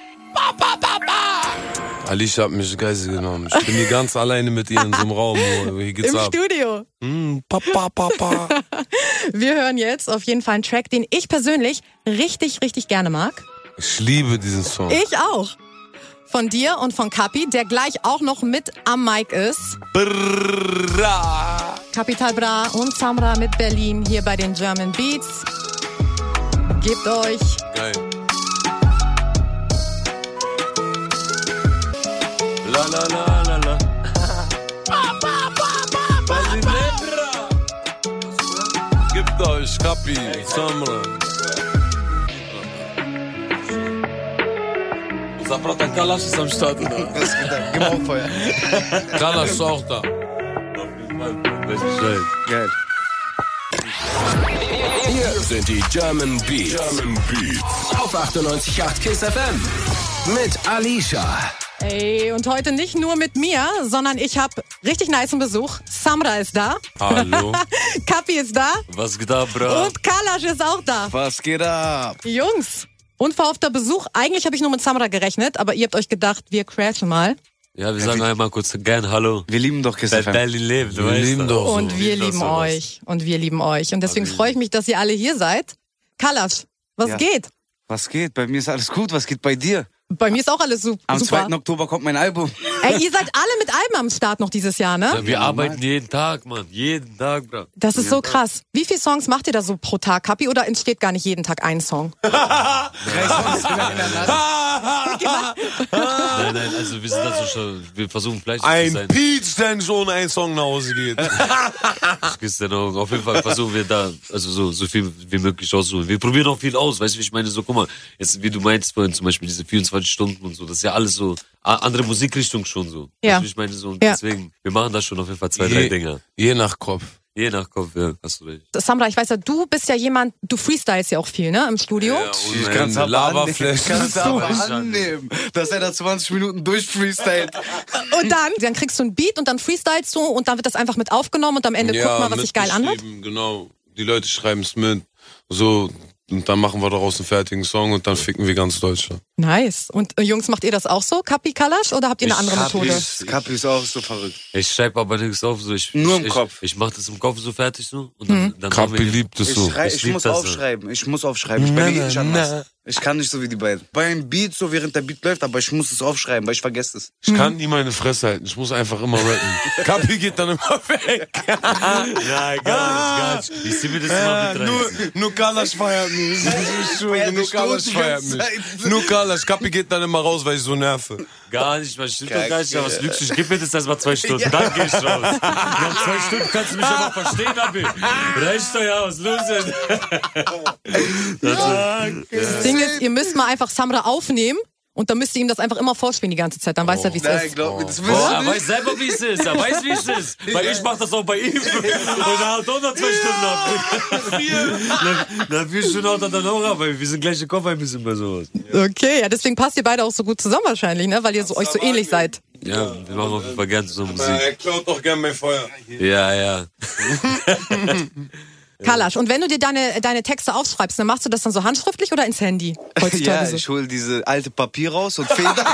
[SPEAKER 5] Alicia hat mich Geisel genommen. Ich bin hier ganz <laughs> alleine mit ihr in so einem Raum. Hier geht's
[SPEAKER 4] Im
[SPEAKER 5] ab.
[SPEAKER 4] Studio.
[SPEAKER 5] Mm, Papa, Papa.
[SPEAKER 4] <laughs> Wir hören jetzt auf jeden Fall einen Track, den ich persönlich richtig, richtig gerne mag.
[SPEAKER 5] Ich liebe diesen Song.
[SPEAKER 4] Ich auch. Von dir und von Kapi, der gleich auch noch mit am Mic ist. Capital Bra und Samra mit Berlin hier bei den German Beats. Gebt euch.
[SPEAKER 5] Geil.
[SPEAKER 6] La la la la la.
[SPEAKER 5] Gebt euch Kapi, Samra.
[SPEAKER 6] Zaprata Kalasch ist am Start, oder?
[SPEAKER 7] Gib mal auf Feuer.
[SPEAKER 5] Kala Sochta.
[SPEAKER 7] Geil.
[SPEAKER 3] Hier sind die German Beats. German Beats. Auf 98.8 Kiss FM. Mit Alicia.
[SPEAKER 4] Ey, und heute nicht nur mit mir, sondern ich habe richtig niceen Besuch. Samra ist da,
[SPEAKER 5] Hallo.
[SPEAKER 4] <laughs> Kapi ist da
[SPEAKER 6] Was geht ab, bra?
[SPEAKER 4] und Kalash ist auch da.
[SPEAKER 7] Was geht ab?
[SPEAKER 4] Jungs, unverhoffter Besuch. Eigentlich habe ich nur mit Samra gerechnet, aber ihr habt euch gedacht, wir crashen mal.
[SPEAKER 6] Ja, wir sagen einmal kurz gern Hallo.
[SPEAKER 7] Wir lieben doch Kiss
[SPEAKER 6] Bei
[SPEAKER 7] FM.
[SPEAKER 6] Berlin lebt, du
[SPEAKER 5] Wir
[SPEAKER 6] weißt
[SPEAKER 5] lieben doch so.
[SPEAKER 4] Und wir
[SPEAKER 6] das
[SPEAKER 4] lieben
[SPEAKER 6] sowas.
[SPEAKER 4] euch. Und wir lieben euch. Und deswegen freue ich mich, dass ihr alle hier seid. Kalasch, was
[SPEAKER 7] Ja.
[SPEAKER 4] geht?
[SPEAKER 7] Was geht? Bei mir ist alles gut. Was geht bei dir?
[SPEAKER 4] Bei mir ist auch alles su
[SPEAKER 7] Am
[SPEAKER 4] super.
[SPEAKER 7] 2. Oktober kommt mein Album.
[SPEAKER 4] Ey, ihr seid alle mit Alben am Start noch dieses Jahr, ne?
[SPEAKER 6] Wir arbeiten jeden Tag, Mann. Jeden Tag, Bro.
[SPEAKER 4] Das ist so krass. Wie viele Songs macht ihr da so pro Tag, Kapi? Oder entsteht gar nicht jeden Tag ein Song?
[SPEAKER 6] Nein, nein, also wir sind da so schon, wir versuchen fleißig zu
[SPEAKER 5] Ein
[SPEAKER 6] sein.
[SPEAKER 5] Peach, denn schon ein Song nach Hause geht.
[SPEAKER 6] Das gibt's denn auch. Auf jeden Fall versuchen wir da, also so, so viel wie möglich auszuholen. Wir probieren auch viel aus, weißt du, wie ich meine, so, guck mal, jetzt, wie du meinst vorhin zum Beispiel, diese 24 Stunden und so, das ist ja alles so, a- andere Musikrichtung schon so.
[SPEAKER 4] Ja.
[SPEAKER 6] Weißt du, wie ich meine, so, und
[SPEAKER 4] Ja.
[SPEAKER 6] deswegen, wir machen da schon auf jeden Fall zwei, drei
[SPEAKER 5] je,
[SPEAKER 6] Dinger.
[SPEAKER 5] je nach Kopf.
[SPEAKER 6] Je nach Kopf, ja, hast du recht.
[SPEAKER 4] Samra, ich weiß ja, du bist ja jemand, du freestylst ja auch viel, ne? Im Studio.
[SPEAKER 5] Ich kann's aber
[SPEAKER 7] Ich kann's aber
[SPEAKER 5] Lavaflash.
[SPEAKER 7] annehmen, dass er da 20 Minuten durchfreestylt.
[SPEAKER 4] Und dann, dann kriegst du einen Beat und dann freestylst du und dann wird das einfach mit aufgenommen und am Ende guck mal, was sich geil anhört.
[SPEAKER 5] mitgeschrieben, Genau, die Leute schreiben es mit. So, und dann machen wir daraus einen fertigen Song und dann ficken wir ganz Deutschland.
[SPEAKER 4] Nice. Und äh, Jungs, macht ihr das auch so, Kapi Kalasch, oder habt ihr eine
[SPEAKER 6] Ich
[SPEAKER 4] andere
[SPEAKER 6] hab
[SPEAKER 4] Methode?
[SPEAKER 6] ich-
[SPEAKER 7] Capri ist auch so verrückt.
[SPEAKER 6] Ich schreibe aber nichts auf, so, ich,
[SPEAKER 7] Nur im
[SPEAKER 6] ich,
[SPEAKER 7] Kopf. Hm.
[SPEAKER 6] Ich, ich mach das im Kopf so fertig, so, und dann, dann haben
[SPEAKER 5] Kapi
[SPEAKER 6] wir-
[SPEAKER 5] liebt es
[SPEAKER 7] Ich,
[SPEAKER 5] so.
[SPEAKER 7] schrei-
[SPEAKER 6] ich
[SPEAKER 7] ich
[SPEAKER 6] lieb
[SPEAKER 7] muss
[SPEAKER 6] das, ne?
[SPEAKER 7] aufschreiben. Ich muss aufschreiben. Ich
[SPEAKER 5] Na,
[SPEAKER 7] bin
[SPEAKER 5] na,
[SPEAKER 7] nicht anders.
[SPEAKER 5] na.
[SPEAKER 7] Ich kann nicht so wie die beiden. Beim Beat, so während der Beat läuft, aber ich muss es aufschreiben, weil ich vergesse es.
[SPEAKER 5] Ich kann nie meine Fresse halten, ich muss einfach immer rappen. <laughs> Kapi geht dann immer weg.
[SPEAKER 6] Nein, gar nicht, gar
[SPEAKER 7] Ah.
[SPEAKER 6] nicht. Ich zieh mir das immer mit rein.
[SPEAKER 5] nur Kalasch feiert mich. Ich schwöre, nur Kalasch feiert mich. Nur Kalasch, Kapi geht dann immer raus, weil ich so nerve.
[SPEAKER 6] Gar nicht, man stimmt doch gar nicht, aber was lügst du? Ich gib mir das erstmal
[SPEAKER 7] <laughs>
[SPEAKER 6] zwei Stunden, dann geh ich raus. Nach zwei Stunden kannst du mich aber verstehen, Abi. Reicht doch ja, was los ist?
[SPEAKER 4] Das Ding ist, ihr müsst mal einfach Samra aufnehmen und dann müsst ihr ihm das einfach immer vorspielen die ganze Zeit, dann weiß er, wie es
[SPEAKER 7] Oh. Nein,
[SPEAKER 4] ist.
[SPEAKER 7] glaub mir, das
[SPEAKER 6] Boah,
[SPEAKER 7] willst du
[SPEAKER 6] er
[SPEAKER 7] nicht.
[SPEAKER 6] weiß selber, wie es ist. Er weiß, wie es ist. Weil ich mach das auch bei ihm. Und er hat auch noch zwei Stunden ab. Na, na, vier Stunden hat er dann auch ab, weil wir sind gleich im Kopf ein bisschen bei sowas.
[SPEAKER 4] Okay, ja, deswegen passt ihr beide auch so gut zusammen wahrscheinlich, ne? Weil ihr so, euch so ähnlich seid.
[SPEAKER 6] Ja, wir machen auf jeden Fall gerne zusammen Musik.
[SPEAKER 5] klaut doch gern mein Feuer.
[SPEAKER 6] Ja, ja.
[SPEAKER 4] Kalasch, und wenn du dir deine, deine Texte aufschreibst, dann machst du das dann so handschriftlich oder ins Handy?
[SPEAKER 7] Ja,
[SPEAKER 4] Heutzutage so.
[SPEAKER 7] ich hol diese alte Papier raus und <laughs> Feder.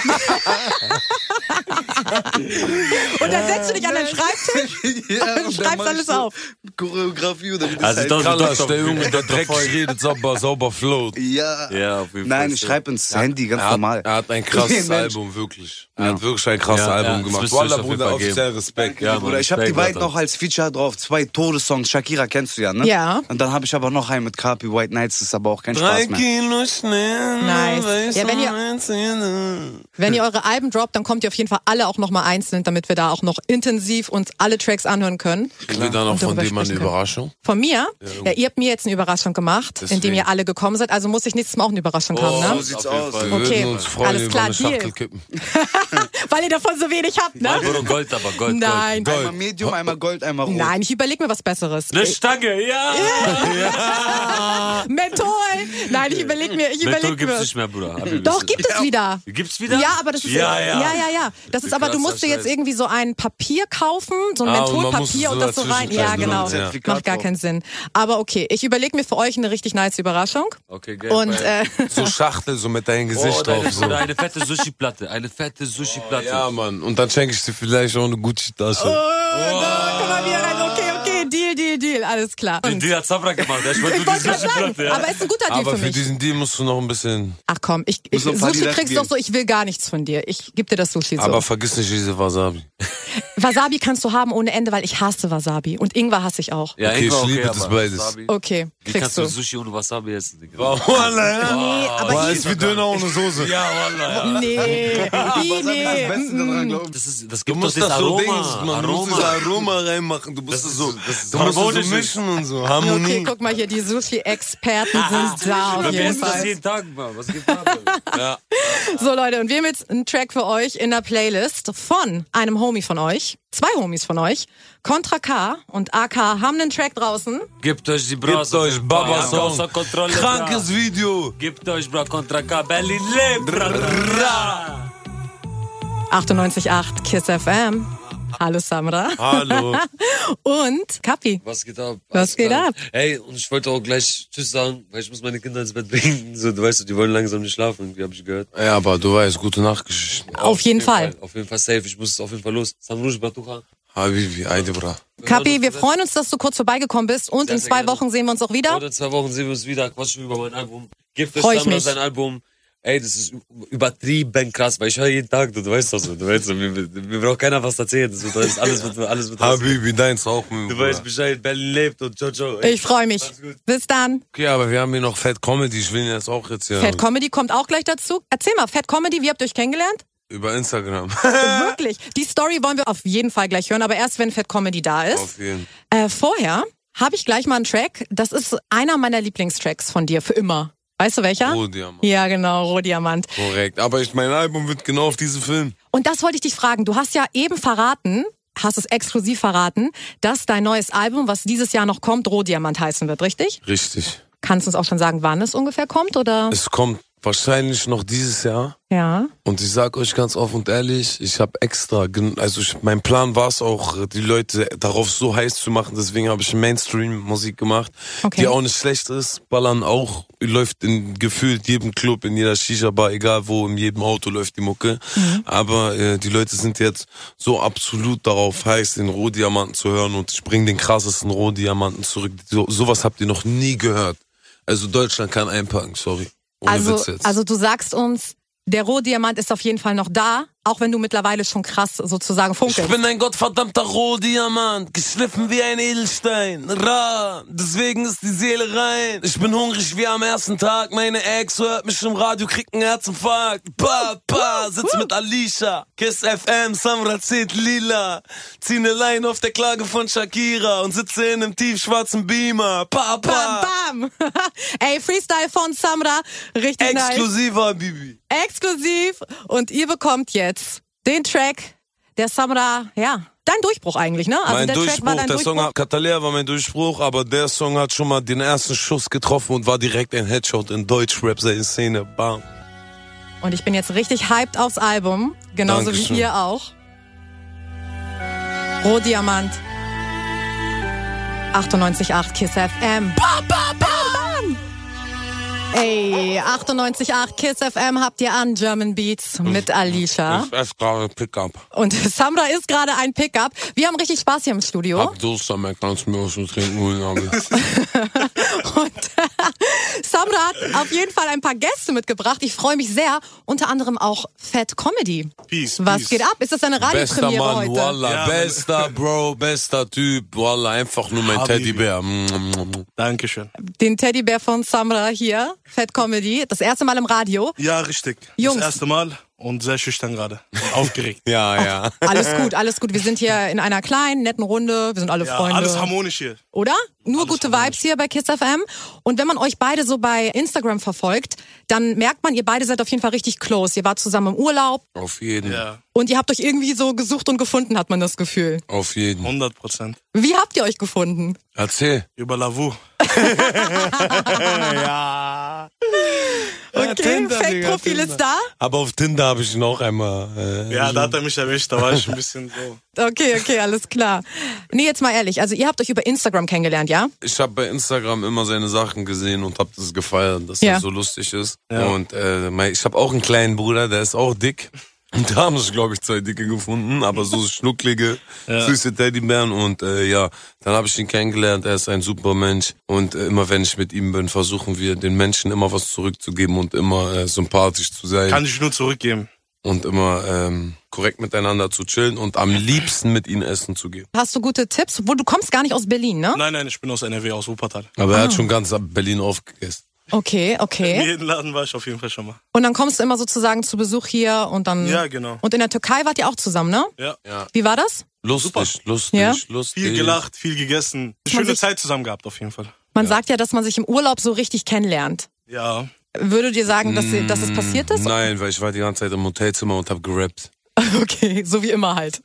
[SPEAKER 4] Und dann setzt du dich an deinen Schreibtisch.
[SPEAKER 7] ja,
[SPEAKER 4] Und schreibst
[SPEAKER 7] mach
[SPEAKER 4] alles
[SPEAKER 7] ich so
[SPEAKER 4] auf.
[SPEAKER 7] Choreografie oder wie das
[SPEAKER 6] Also
[SPEAKER 7] heißt.
[SPEAKER 6] das-
[SPEAKER 5] Kalasch,
[SPEAKER 6] doch-
[SPEAKER 5] der Junge, der Dreck redet sauber, sauber float.
[SPEAKER 7] ja.
[SPEAKER 6] Ja, auf jeden Fall.
[SPEAKER 7] Nein, ich schreibe ins Handy, ganz
[SPEAKER 5] Er hat,
[SPEAKER 7] normal.
[SPEAKER 5] er hat ein
[SPEAKER 7] <laughs>
[SPEAKER 5] krasses
[SPEAKER 7] Nee, Mensch.
[SPEAKER 5] Album, wirklich. Er hat wirklich ein krasses
[SPEAKER 6] Ja, ja,
[SPEAKER 5] Album
[SPEAKER 6] das
[SPEAKER 5] gemacht.
[SPEAKER 6] müsst ihr euch
[SPEAKER 5] Wallah,
[SPEAKER 6] auf jeden
[SPEAKER 5] Bruder,
[SPEAKER 6] Fall geben.
[SPEAKER 5] offiziell Respekt.
[SPEAKER 6] Ja, Mann.
[SPEAKER 7] Bruder, ich habe die
[SPEAKER 6] Respekt,
[SPEAKER 7] beiden
[SPEAKER 6] Alter.
[SPEAKER 7] noch als Feature drauf. Zwei Todessongs. Shakira kennst du ja, ne?
[SPEAKER 4] Ja.
[SPEAKER 7] Und dann habe ich aber noch einen mit Carpi White Nights, ist aber auch kein
[SPEAKER 5] Drei
[SPEAKER 7] Spaß mehr.
[SPEAKER 5] Kilo Schnee.
[SPEAKER 4] Nice.
[SPEAKER 5] weiß
[SPEAKER 4] Ja, wenn ihr-
[SPEAKER 5] man jetzt hin.
[SPEAKER 4] Wenn ihr eure Alben droppt, dann kommt ihr auf jeden Fall alle auch nochmal einzeln, damit wir da auch noch intensiv uns alle Tracks anhören können.
[SPEAKER 5] Kriegen wir da noch
[SPEAKER 4] Und
[SPEAKER 5] von
[SPEAKER 4] darüber
[SPEAKER 5] dem mal eine
[SPEAKER 4] sprechen können.
[SPEAKER 5] Überraschung?
[SPEAKER 4] Von mir? Ja, ihr habt mir jetzt eine Überraschung gemacht, indem
[SPEAKER 5] Deswegen. Oh,
[SPEAKER 4] ihr alle gekommen seid. Also muss ich nächstes Mal auch eine Überraschung haben,
[SPEAKER 7] So
[SPEAKER 4] ne?
[SPEAKER 7] sieht's
[SPEAKER 6] Auf jeden
[SPEAKER 7] aus.
[SPEAKER 6] Fall.
[SPEAKER 5] Wir
[SPEAKER 4] Okay.
[SPEAKER 5] würden uns freuen,
[SPEAKER 4] Alles
[SPEAKER 5] über
[SPEAKER 4] klar,
[SPEAKER 5] eine
[SPEAKER 4] Deal.
[SPEAKER 5] Schachtel oh kippen.
[SPEAKER 4] <laughs> Weil ihr davon so wenig habt, ne?
[SPEAKER 6] Album Gold, Oh aber Gold, Gold.
[SPEAKER 4] Nein.
[SPEAKER 7] Einmal Medium, einmal Gold, einmal Rot.
[SPEAKER 4] Nein, ich überlege mir was Besseres. Ah,
[SPEAKER 6] Eine Stange, ja!
[SPEAKER 4] Menthol! Nein, ich überlege mir, ich
[SPEAKER 6] Menthol
[SPEAKER 4] überlege
[SPEAKER 6] gibt's
[SPEAKER 4] mir.
[SPEAKER 6] nicht mehr, Bruder. Hab ich
[SPEAKER 4] Doch,
[SPEAKER 6] wissen.
[SPEAKER 4] gibt es wieder.
[SPEAKER 6] Gibt's wieder?
[SPEAKER 4] Ja, aber das ist
[SPEAKER 6] Ja, ja.
[SPEAKER 4] ja, ja. Das ist aber du musst dir jetzt irgendwie so ein Papier kaufen, so ein
[SPEAKER 5] Ah, und man muss es
[SPEAKER 4] Mentholpapier
[SPEAKER 5] so
[SPEAKER 4] und das so rein. Ja,
[SPEAKER 5] dazwischen
[SPEAKER 4] genau.
[SPEAKER 5] tun, ja.
[SPEAKER 4] Macht gar keinen Sinn. Aber okay, ich überlege mir für euch eine richtig nice Überraschung.
[SPEAKER 6] Okay, geil.
[SPEAKER 4] Und äh,
[SPEAKER 5] So Schachtel, so mit deinem Gesicht
[SPEAKER 6] oh,
[SPEAKER 5] drauf.
[SPEAKER 6] deine,
[SPEAKER 5] So.
[SPEAKER 6] Bruder, eine fette Sushi-Platte. Eine fette Sushi-Platte.
[SPEAKER 5] Ja, Mann. Und dann schenke ich dir vielleicht auch eine Gucci-Tasche.
[SPEAKER 6] Oh,
[SPEAKER 4] da, komm mal wieder rein. Okay, okay, Deal, Deal, Deal, alles klar.
[SPEAKER 6] Den Deal hat Sabra gemacht. Ich wollte
[SPEAKER 4] Ich
[SPEAKER 6] nur die
[SPEAKER 4] wollte gerade sagen,
[SPEAKER 6] Sushi-Platte. Ja.
[SPEAKER 4] aber ist ein guter Deal
[SPEAKER 5] Aber
[SPEAKER 4] für
[SPEAKER 5] für
[SPEAKER 4] mich.
[SPEAKER 5] diesen Deal musst du noch ein bisschen...
[SPEAKER 4] Ach komm, ich, ich
[SPEAKER 7] Muss noch ein paar
[SPEAKER 4] Sushi
[SPEAKER 7] Lieder
[SPEAKER 4] kriegst du
[SPEAKER 7] geben.
[SPEAKER 4] doch so, ich will gar nichts von dir. Ich geb dir das Sushi so.
[SPEAKER 5] Aber vergiss nicht diese Wasabi.
[SPEAKER 4] Wasabi kannst du haben ohne Ende, weil ich hasse Wasabi. Und Ingwer hasse ich auch.
[SPEAKER 6] Ja,
[SPEAKER 5] Okay,
[SPEAKER 6] Ingwer,
[SPEAKER 5] ich liebe
[SPEAKER 6] aber
[SPEAKER 5] das beides.
[SPEAKER 6] Wasabi.
[SPEAKER 4] Okay,
[SPEAKER 6] Wie
[SPEAKER 4] kriegst
[SPEAKER 6] kannst du
[SPEAKER 4] du.
[SPEAKER 6] Sushi ohne Wasabi essen? Digga?
[SPEAKER 5] Wallah,
[SPEAKER 4] Nee, aber
[SPEAKER 5] Boah,
[SPEAKER 4] ich,
[SPEAKER 5] ist wie Döner ohne Soße.
[SPEAKER 6] Ja, Wallah. Ja.
[SPEAKER 4] Nee, nee,
[SPEAKER 7] Das Beste daran, glaub ich.
[SPEAKER 6] Das, ist, das
[SPEAKER 5] Du
[SPEAKER 6] gibt
[SPEAKER 5] musst
[SPEAKER 6] doch
[SPEAKER 5] das
[SPEAKER 6] das
[SPEAKER 5] so
[SPEAKER 6] Aroma.
[SPEAKER 5] Dings, man, du musst das
[SPEAKER 6] Aroma.
[SPEAKER 5] Aroma reinmachen. Du musst
[SPEAKER 6] Das
[SPEAKER 5] das
[SPEAKER 6] ist-
[SPEAKER 5] so,
[SPEAKER 6] das ist
[SPEAKER 5] du musst das
[SPEAKER 6] harmonisch.
[SPEAKER 5] so mischen und so. Harmonie.
[SPEAKER 4] Okay, guck mal hier, die Sushi-Experten sind da auf
[SPEAKER 6] Wir
[SPEAKER 4] jeden
[SPEAKER 6] essen das
[SPEAKER 4] Fall.
[SPEAKER 6] jeden Tag, Mann. Was gibt's da? Mann? Ja.
[SPEAKER 4] So Leute, und wir haben jetzt einen Track für euch in der Playlist von einem Homie von euch, zwei Homies von euch, Contra K und AK haben einen Track draußen.
[SPEAKER 6] Gebt euch die Brause.
[SPEAKER 5] Gebt euch Baba Song.
[SPEAKER 6] Kontrolle,
[SPEAKER 5] Krankes Video.
[SPEAKER 6] Gebt euch, Bro, Contra K. Berlin lebt, bra.
[SPEAKER 4] 98.8 KISS FM. Hallo Samra.
[SPEAKER 5] Hallo.
[SPEAKER 4] <laughs> Und Kapi.
[SPEAKER 6] Was geht ab?
[SPEAKER 4] Was
[SPEAKER 6] Alles
[SPEAKER 4] geht
[SPEAKER 6] klar.
[SPEAKER 4] ab?
[SPEAKER 6] Ey, und ich wollte auch gleich Tschüss sagen, weil ich muss meine Kinder ins Bett bringen. <laughs> So, du weißt, die wollen langsam nicht schlafen, irgendwie hab ich gehört.
[SPEAKER 5] Ja, aber du weißt, gute Nachtgeschichten.
[SPEAKER 4] Auf jeden Fall.
[SPEAKER 6] Auf jeden Fall safe, ich muss auf jeden Fall los. Samrush Batucha.
[SPEAKER 5] Habibi, Aide, bra.
[SPEAKER 4] Kapi, wir freuen uns, dass du kurz vorbeigekommen bist und
[SPEAKER 6] Also, Sehr,
[SPEAKER 4] in
[SPEAKER 6] sehr
[SPEAKER 4] zwei
[SPEAKER 6] gerne.
[SPEAKER 4] Wochen sehen wir uns auch wieder.
[SPEAKER 6] Heute in zwei Wochen sehen wir uns wieder, quatschen über mein Album. Gebt euch
[SPEAKER 4] Freu ich
[SPEAKER 6] Samra
[SPEAKER 4] mich.
[SPEAKER 6] sein Album. Ey, das ist übertrieben krass, weil ich höre jeden Tag, du weißt das, du weißt das, mir, mir braucht keiner was erzählen, das wird alles, alles wird, alles wird
[SPEAKER 5] Habibi, deins auch mit.
[SPEAKER 6] Du weißt Bescheid, Berlin lebt und ciao, ciao.
[SPEAKER 4] Ich freue mich.
[SPEAKER 6] Mach's gut.
[SPEAKER 4] Bis dann.
[SPEAKER 5] Okay, aber wir haben hier noch Fat Comedy, ich will Ihnen das auch jetzt hier
[SPEAKER 4] Fat Comedy kommt auch gleich dazu. Erzähl mal, Fat Comedy, wie habt ihr euch kennengelernt? Also
[SPEAKER 5] über Instagram. <laughs>
[SPEAKER 4] Wirklich. Die Story wollen wir auf jeden Fall gleich hören, aber erst wenn Fat Comedy da ist.
[SPEAKER 5] Auf jeden.
[SPEAKER 4] Äh, vorher habe ich gleich mal einen Track. Das ist einer meiner Lieblingstracks von dir für immer. Weißt du welcher?
[SPEAKER 5] Rohdiamant.
[SPEAKER 4] Ja, genau, Rohdiamant.
[SPEAKER 5] Oh, Korrekt. Aber ich, mein Album wird genau auf diesen Film.
[SPEAKER 4] Und das wollte ich dich fragen. Du hast ja eben verraten, hast es exklusiv verraten, dass dein neues Album, was dieses Jahr noch kommt, Rohdiamant heißen wird, richtig?
[SPEAKER 5] Richtig.
[SPEAKER 4] Kannst du uns auch schon sagen, wann es ungefähr kommt oder?
[SPEAKER 5] Es kommt wahrscheinlich noch dieses Jahr.
[SPEAKER 4] Ja.
[SPEAKER 5] Und ich sag euch ganz offen und ehrlich, ich habe extra, gen- also ich, mein Plan war es auch, die Leute darauf so heiß zu machen. Deswegen habe ich Mainstream-Musik gemacht,
[SPEAKER 4] Okay.
[SPEAKER 5] die auch nicht schlecht ist. Ballern auch läuft in gefühlt jedem Club, in jeder Shisha-Bar, egal wo, in jedem Auto läuft die Mucke.
[SPEAKER 4] Mhm.
[SPEAKER 5] Aber äh, die Leute sind jetzt so absolut darauf heiß, den Rohdiamanten zu hören. Und ich bring den krassesten Rohdiamanten zurück. So, sowas habt ihr noch nie gehört. Also Deutschland kann einpacken, sorry. Ohne
[SPEAKER 4] Also,
[SPEAKER 5] Witz jetzt.
[SPEAKER 4] also du sagst uns, der Rohdiamant ist auf jeden Fall noch da, auch wenn du mittlerweile schon krass sozusagen
[SPEAKER 5] Ich
[SPEAKER 4] funkelst.
[SPEAKER 5] bin ein gottverdammter Rohdiamant, geschliffen wie ein Edelstein. Ra, deswegen ist die Seele rein. Ich bin hungrig wie am ersten Tag. Meine Ex hört mich im Radio, kriegt einen Herzinfarkt. Pa, pa, sitz mit Alicia. Kiss FM, Samra zieht lila. Zieh ne Line auf der Klage von Shakira und sitze in einem tiefschwarzen Beamer. Pa, pa.
[SPEAKER 4] Bam, <laughs> bam. Ey, Freestyle von Samra, richtig nice.
[SPEAKER 5] Exklusiver, Bibi.
[SPEAKER 4] Exklusiv. Und ihr bekommt jetzt den Track der Samra, ja, dein Durchbruch eigentlich, ne? Also
[SPEAKER 5] mein
[SPEAKER 4] der
[SPEAKER 5] Durchbruch,
[SPEAKER 4] Track war dein
[SPEAKER 5] der
[SPEAKER 4] Durchbruch.
[SPEAKER 5] Song hat, Katalea war mein Durchbruch, aber der Song hat schon mal den ersten Schuss getroffen und war direkt ein Headshot in Deutschrap, seine Szene, bam.
[SPEAKER 4] Und ich bin jetzt richtig hyped aufs Album, genauso
[SPEAKER 5] Dankeschön.
[SPEAKER 4] wie ihr auch. Rohdiamant. 98.8 Kiss FM. Bam, bam, bam, bam. Ey, 98.8 Kiss FM habt ihr an German Beats mit Alicia.
[SPEAKER 5] Ich esse gerade Pickup.
[SPEAKER 4] Und Samra ist gerade ein Pickup. Wir haben richtig Spaß hier im Studio.
[SPEAKER 5] Hab Durst, dann kannst du mir was zu trinken holen,
[SPEAKER 4] <laughs>
[SPEAKER 5] Abi.
[SPEAKER 4] Und Samra hat auf jeden Fall ein paar Gäste mitgebracht. Ich freue mich sehr. Unter anderem auch Fat Comedy.
[SPEAKER 5] Peace,
[SPEAKER 4] Was
[SPEAKER 5] peace.
[SPEAKER 4] geht ab? Ist das eine
[SPEAKER 5] Bester
[SPEAKER 4] Radiopremiere
[SPEAKER 5] Mann,
[SPEAKER 4] heute?
[SPEAKER 5] Wallah,
[SPEAKER 8] Ja,
[SPEAKER 5] bester Bro, bester Typ, Wallah, einfach nur mein
[SPEAKER 8] Habibi.
[SPEAKER 5] Teddybär. Mm.
[SPEAKER 8] Dankeschön.
[SPEAKER 4] den Teddybär von Samra hier, Fat Comedy, das erste Mal im Radio.
[SPEAKER 8] Ja, richtig.
[SPEAKER 4] Jungs.
[SPEAKER 8] Das erste Mal und sehr schüchtern gerade.
[SPEAKER 4] <laughs>
[SPEAKER 8] Und Aufgeregt.
[SPEAKER 5] Ja, ja.
[SPEAKER 8] <laughs>
[SPEAKER 4] Alles gut, alles gut. Wir sind hier in einer kleinen, netten Runde. Wir sind alle
[SPEAKER 8] Ja,
[SPEAKER 4] Freunde.
[SPEAKER 8] alles harmonisch hier.
[SPEAKER 4] oder? Nur gute Vibes hier bei Kiss FM. Und wenn man euch beide so bei Instagram verfolgt, dann merkt man, ihr beide seid auf jeden Fall richtig close. Ihr wart zusammen im Urlaub
[SPEAKER 5] Auf jeden,
[SPEAKER 8] Ja,
[SPEAKER 4] und ihr habt euch irgendwie so gesucht und gefunden, hat man das Gefühl.
[SPEAKER 5] auf jeden.
[SPEAKER 8] 100 Prozent.
[SPEAKER 4] Wie habt ihr euch gefunden?
[SPEAKER 5] Erzähl.
[SPEAKER 8] Über Lavu.
[SPEAKER 4] Okay, Fake-Profil ist da.
[SPEAKER 5] Aber auf Tinder habe ich ihn auch einmal. Äh,
[SPEAKER 4] Mhm.
[SPEAKER 8] Ja, da hat er mich erwischt. Da war ich ein bisschen so.
[SPEAKER 4] <laughs> Okay, okay, alles klar. Nee, jetzt mal ehrlich. Also ihr habt euch über Instagram kennengelernt, ja?
[SPEAKER 5] ich habe bei Instagram immer seine Sachen gesehen und habe das gefeiert, dass
[SPEAKER 4] Ja.
[SPEAKER 5] er so lustig ist. Und äh, mein, ich habe auch einen kleinen Bruder, der ist auch dick. Und da haben sich, glaube ich, zwei Dicke gefunden, aber so schnucklige, süße Teddybären. Und äh, ja, dann habe ich ihn kennengelernt, er ist ein super Mensch. Und äh, immer wenn ich mit ihm bin, versuchen wir den Menschen immer was zurückzugeben und immer äh, sympathisch zu sein
[SPEAKER 8] Kann ich nur zurückgeben.
[SPEAKER 5] und immer ähm, korrekt miteinander zu chillen und am liebsten mit ihnen essen zu gehen.
[SPEAKER 4] Hast du gute Tipps? Wo du kommst gar nicht aus Berlin, ne?
[SPEAKER 8] Nein, nein, ich bin aus NRW, aus Wuppertal.
[SPEAKER 5] Aber er hat schon ganz ab Berlin aufgegessen.
[SPEAKER 4] Okay,
[SPEAKER 8] In
[SPEAKER 4] okay.
[SPEAKER 8] jedem Laden war ich auf jeden Fall schon mal.
[SPEAKER 4] Und dann kommst du immer sozusagen zu Besuch hier und dann.
[SPEAKER 8] Ja, genau.
[SPEAKER 4] Und in der Türkei wart ihr auch zusammen, ne?
[SPEAKER 8] Ja.
[SPEAKER 4] Wie war das?
[SPEAKER 5] Lustig, lustig,
[SPEAKER 4] Ja.
[SPEAKER 5] lustig.
[SPEAKER 8] Viel gelacht, viel gegessen. Schöne Zeit zusammen gehabt auf jeden Fall.
[SPEAKER 4] Man sagt ja, dass man sich im Urlaub so richtig kennenlernt.
[SPEAKER 8] Ja.
[SPEAKER 4] Würdet ihr sagen, dass, ihr- dass es passiert ist?
[SPEAKER 5] Mm, Nein, weil ich war die ganze Zeit im Hotelzimmer und habe gerappt.
[SPEAKER 4] <laughs> Okay, so wie
[SPEAKER 5] <laughs>
[SPEAKER 4] immer halt.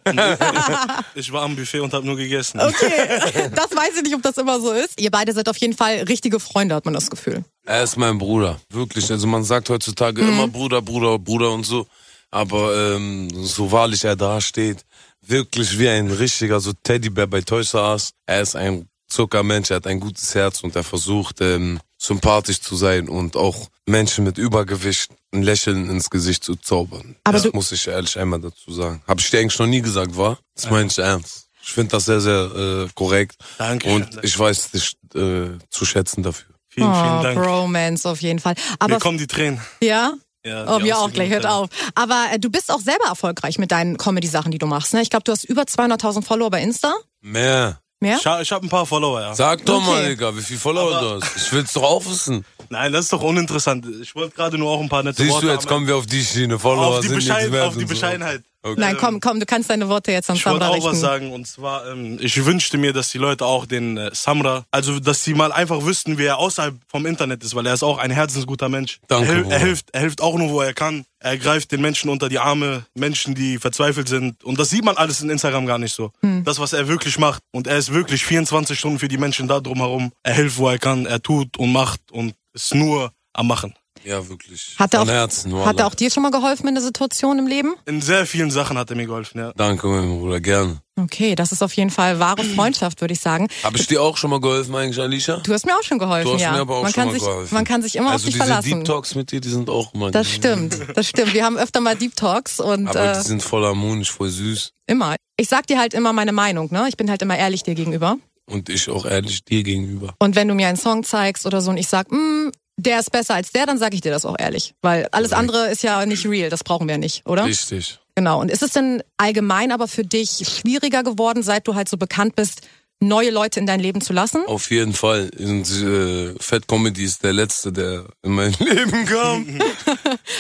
[SPEAKER 8] Ich war am Buffet und habe nur gegessen.
[SPEAKER 4] Oh, Okay, das weiß ich nicht, ob das immer so ist. Ihr beide seid auf jeden Fall richtige Freunde, hat man das Gefühl.
[SPEAKER 5] Er ist mein Bruder, wirklich. Also man sagt heutzutage
[SPEAKER 4] Mhm.
[SPEAKER 5] immer Bruder, Bruder, Bruder und so. Aber ähm, so wahrlich er da steht, wirklich wie ein richtiger so Teddybär bei Toys R Us. Er ist ein Zuckermensch, er hat ein gutes Herz und er versucht ähm, sympathisch zu sein und auch Menschen mit Übergewicht ein Lächeln ins Gesicht zu zaubern.
[SPEAKER 4] Aber
[SPEAKER 5] das
[SPEAKER 4] du-
[SPEAKER 5] muss ich ehrlich einmal dazu sagen. Habe ich dir eigentlich noch nie gesagt, war? Das meine ich ernst. Ich finde das sehr, sehr äh, korrekt.
[SPEAKER 8] Dankeschön.
[SPEAKER 5] Und ich weiß dich äh, zu schätzen dafür.
[SPEAKER 8] Vielen, vielen
[SPEAKER 4] oh,
[SPEAKER 8] Dank.
[SPEAKER 4] Bromance auf jeden Fall.
[SPEAKER 8] Mir
[SPEAKER 4] Aber
[SPEAKER 8] kommen die Tränen.
[SPEAKER 4] ja,
[SPEAKER 8] Ja,
[SPEAKER 4] Oh,
[SPEAKER 8] die
[SPEAKER 4] mir auch
[SPEAKER 8] Aussiedlung,
[SPEAKER 4] gleich, hört
[SPEAKER 8] ja.
[SPEAKER 4] auf. Aber äh, du bist auch selber erfolgreich mit deinen Comedy-Sachen, die du machst. Ne? Ich glaube, du hast über 200.000 Follower bei Insta.
[SPEAKER 5] Mehr.
[SPEAKER 4] Mehr?
[SPEAKER 8] Ich, hab- ich habe ein paar Follower, ja.
[SPEAKER 5] Sag doch mal,
[SPEAKER 4] Okay.
[SPEAKER 5] Digga, wie viel Follower
[SPEAKER 8] Aber-
[SPEAKER 5] du hast. Ich will's doch auch wissen.
[SPEAKER 8] Nein, das ist doch uninteressant. Ich wollte gerade nur auch ein paar nette
[SPEAKER 5] Siehst
[SPEAKER 8] Worte
[SPEAKER 5] du, jetzt
[SPEAKER 8] haben.
[SPEAKER 5] kommen wir auf die Schiene. Follower
[SPEAKER 8] auf die,
[SPEAKER 5] sind nichts
[SPEAKER 8] Bescheid,
[SPEAKER 5] wert
[SPEAKER 8] auf die
[SPEAKER 5] und so.
[SPEAKER 8] Bescheidenheit.
[SPEAKER 5] Okay.
[SPEAKER 4] Nein, komm, komm, du kannst deine Worte jetzt an
[SPEAKER 8] Ähm, Ich wollte
[SPEAKER 4] Sandra
[SPEAKER 8] auch was
[SPEAKER 4] richten.
[SPEAKER 8] sagen und zwar, ähm, ich wünschte mir, dass die Leute auch den äh, Samra, also dass sie mal einfach wüssten, wer er außerhalb vom Internet ist, weil er ist auch ein herzensguter Mensch.
[SPEAKER 5] Danke,
[SPEAKER 8] er, hil-
[SPEAKER 5] Bruder.
[SPEAKER 8] er hilft, er hilft auch nur, wo er kann. Er greift den Menschen unter die Arme, Menschen, die verzweifelt sind. Und das sieht man alles in Instagram gar nicht so.
[SPEAKER 4] Hm.
[SPEAKER 8] Das, was er wirklich macht. Und er ist wirklich 24 Stunden für die Menschen da drumherum. Er hilft, wo er kann. Er tut und macht und ist nur am Machen.
[SPEAKER 5] Ja, wirklich.
[SPEAKER 4] Hat er,
[SPEAKER 5] Von
[SPEAKER 4] auch,
[SPEAKER 5] Herzen,
[SPEAKER 4] hat
[SPEAKER 5] Wallah.
[SPEAKER 4] er auch dir schon mal geholfen in der Situation im Leben?
[SPEAKER 8] In sehr vielen Sachen hat er mir geholfen, ja.
[SPEAKER 5] Danke, mein Bruder, gerne.
[SPEAKER 4] Okay, das ist auf jeden Fall wahre Freundschaft, würde ich sagen.
[SPEAKER 5] Habe ich dir auch schon mal geholfen eigentlich, Alicia?
[SPEAKER 4] Du hast mir auch schon geholfen,
[SPEAKER 5] Ah. Du hast
[SPEAKER 4] ja.
[SPEAKER 5] mir aber auch
[SPEAKER 4] man,
[SPEAKER 5] schon
[SPEAKER 4] kann
[SPEAKER 5] mal
[SPEAKER 4] sich,
[SPEAKER 5] geholfen.
[SPEAKER 4] man kann sich immer
[SPEAKER 5] also
[SPEAKER 4] auf dich
[SPEAKER 5] diese
[SPEAKER 4] verlassen.
[SPEAKER 5] Deep Talks mit dir, die sind auch immer
[SPEAKER 4] Das stimmt, das stimmt. Wir haben öfter mal Deep Talks und
[SPEAKER 5] Aber
[SPEAKER 4] äh,
[SPEAKER 5] die sind voll harmonisch, voll süß.
[SPEAKER 4] immer. Ich sag dir halt immer meine Meinung, ne? Ich bin halt immer ehrlich dir gegenüber.
[SPEAKER 5] Und ich auch ehrlich dir gegenüber.
[SPEAKER 4] Und wenn du mir einen Song zeigst oder so und ich sag, "Mm, der ist besser als der, dann sage ich dir das auch ehrlich. Weil alles andere ist ja nicht real, das brauchen wir nicht, oder?
[SPEAKER 5] Richtig.
[SPEAKER 4] Genau. Und ist es denn allgemein aber für dich schwieriger geworden, seit du halt so bekannt bist, neue Leute in dein Leben zu lassen?
[SPEAKER 5] Auf jeden Fall. Und äh, Fat Comedy ist der letzte, der in mein <laughs> Leben kam. Oh.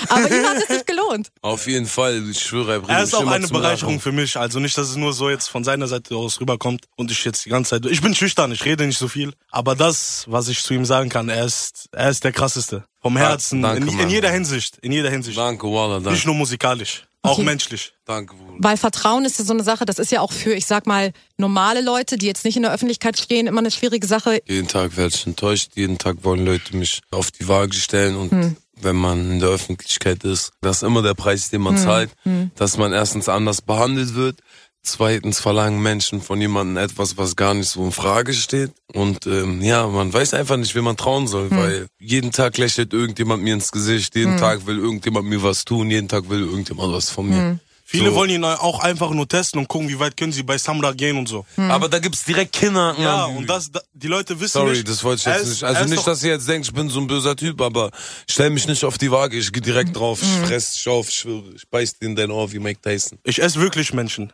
[SPEAKER 4] Aber ihm
[SPEAKER 5] <laughs>
[SPEAKER 4] hat es sich gelohnt.
[SPEAKER 5] Auf jeden Fall. Ich schwöre, er bringt
[SPEAKER 8] Er ist
[SPEAKER 5] mich
[SPEAKER 8] auch
[SPEAKER 5] immer
[SPEAKER 8] eine
[SPEAKER 5] zum
[SPEAKER 8] Bereicherung
[SPEAKER 5] Lachen.
[SPEAKER 8] für mich. Also nicht, dass es nur so jetzt von seiner Seite aus rüberkommt und ich jetzt die ganze Zeit. Ich bin schüchtern, ich rede nicht so viel. Aber das, was ich zu ihm sagen kann, er ist, er ist der krasseste. Vom Herzen,
[SPEAKER 5] danke,
[SPEAKER 8] in, in
[SPEAKER 5] Mann.
[SPEAKER 8] jeder Hinsicht. In jeder Hinsicht.
[SPEAKER 5] Danke, Walla,
[SPEAKER 8] Nicht
[SPEAKER 5] danke.
[SPEAKER 8] nur musikalisch, auch
[SPEAKER 4] Okay.
[SPEAKER 8] menschlich.
[SPEAKER 5] Danke, Bruder.
[SPEAKER 4] Weil Vertrauen ist ja so eine Sache, das ist ja auch für, ich sag mal, normale Leute, die jetzt nicht in der Öffentlichkeit stehen, immer eine schwierige Sache.
[SPEAKER 5] Jeden Tag werde ich enttäuscht, jeden Tag wollen Leute mich auf die Waage stellen und wenn man in der Öffentlichkeit ist, das ist immer der Preis, den man zahlt, Halt, dass man erstens anders behandelt wird, zweitens verlangen Menschen von jemandem etwas, was gar nicht so in Frage steht und ähm, ja, man weiß einfach nicht, wem man trauen soll, weil jeden Tag lächelt irgendjemand mir ins Gesicht,
[SPEAKER 8] Hm.
[SPEAKER 5] jeden Tag will irgendjemand mir was tun, jeden Tag will irgendjemand was von mir.
[SPEAKER 8] Viele
[SPEAKER 5] So.
[SPEAKER 8] wollen ihn auch einfach nur testen und gucken, wie weit können sie bei Samra gehen und so.
[SPEAKER 5] Hm. Aber da gibt's direkt Kinder.
[SPEAKER 8] Ja, und das, da- die Leute wissen
[SPEAKER 5] Sorry,
[SPEAKER 8] nicht.
[SPEAKER 5] das wollte ich
[SPEAKER 8] er
[SPEAKER 5] jetzt
[SPEAKER 8] ist-
[SPEAKER 5] nicht.
[SPEAKER 8] er
[SPEAKER 5] Also
[SPEAKER 8] ist
[SPEAKER 5] nicht,
[SPEAKER 8] doch-
[SPEAKER 5] dass ihr jetzt denkt, ich bin so ein böser Typ, aber stell mich nicht auf die Waage. Ich gehe direkt drauf, ich
[SPEAKER 8] Mhm.
[SPEAKER 5] fress dich auf, ich schwöre, ich beiß dir in dein Ohr wie Mike Tyson.
[SPEAKER 8] Ich esse wirklich Menschen.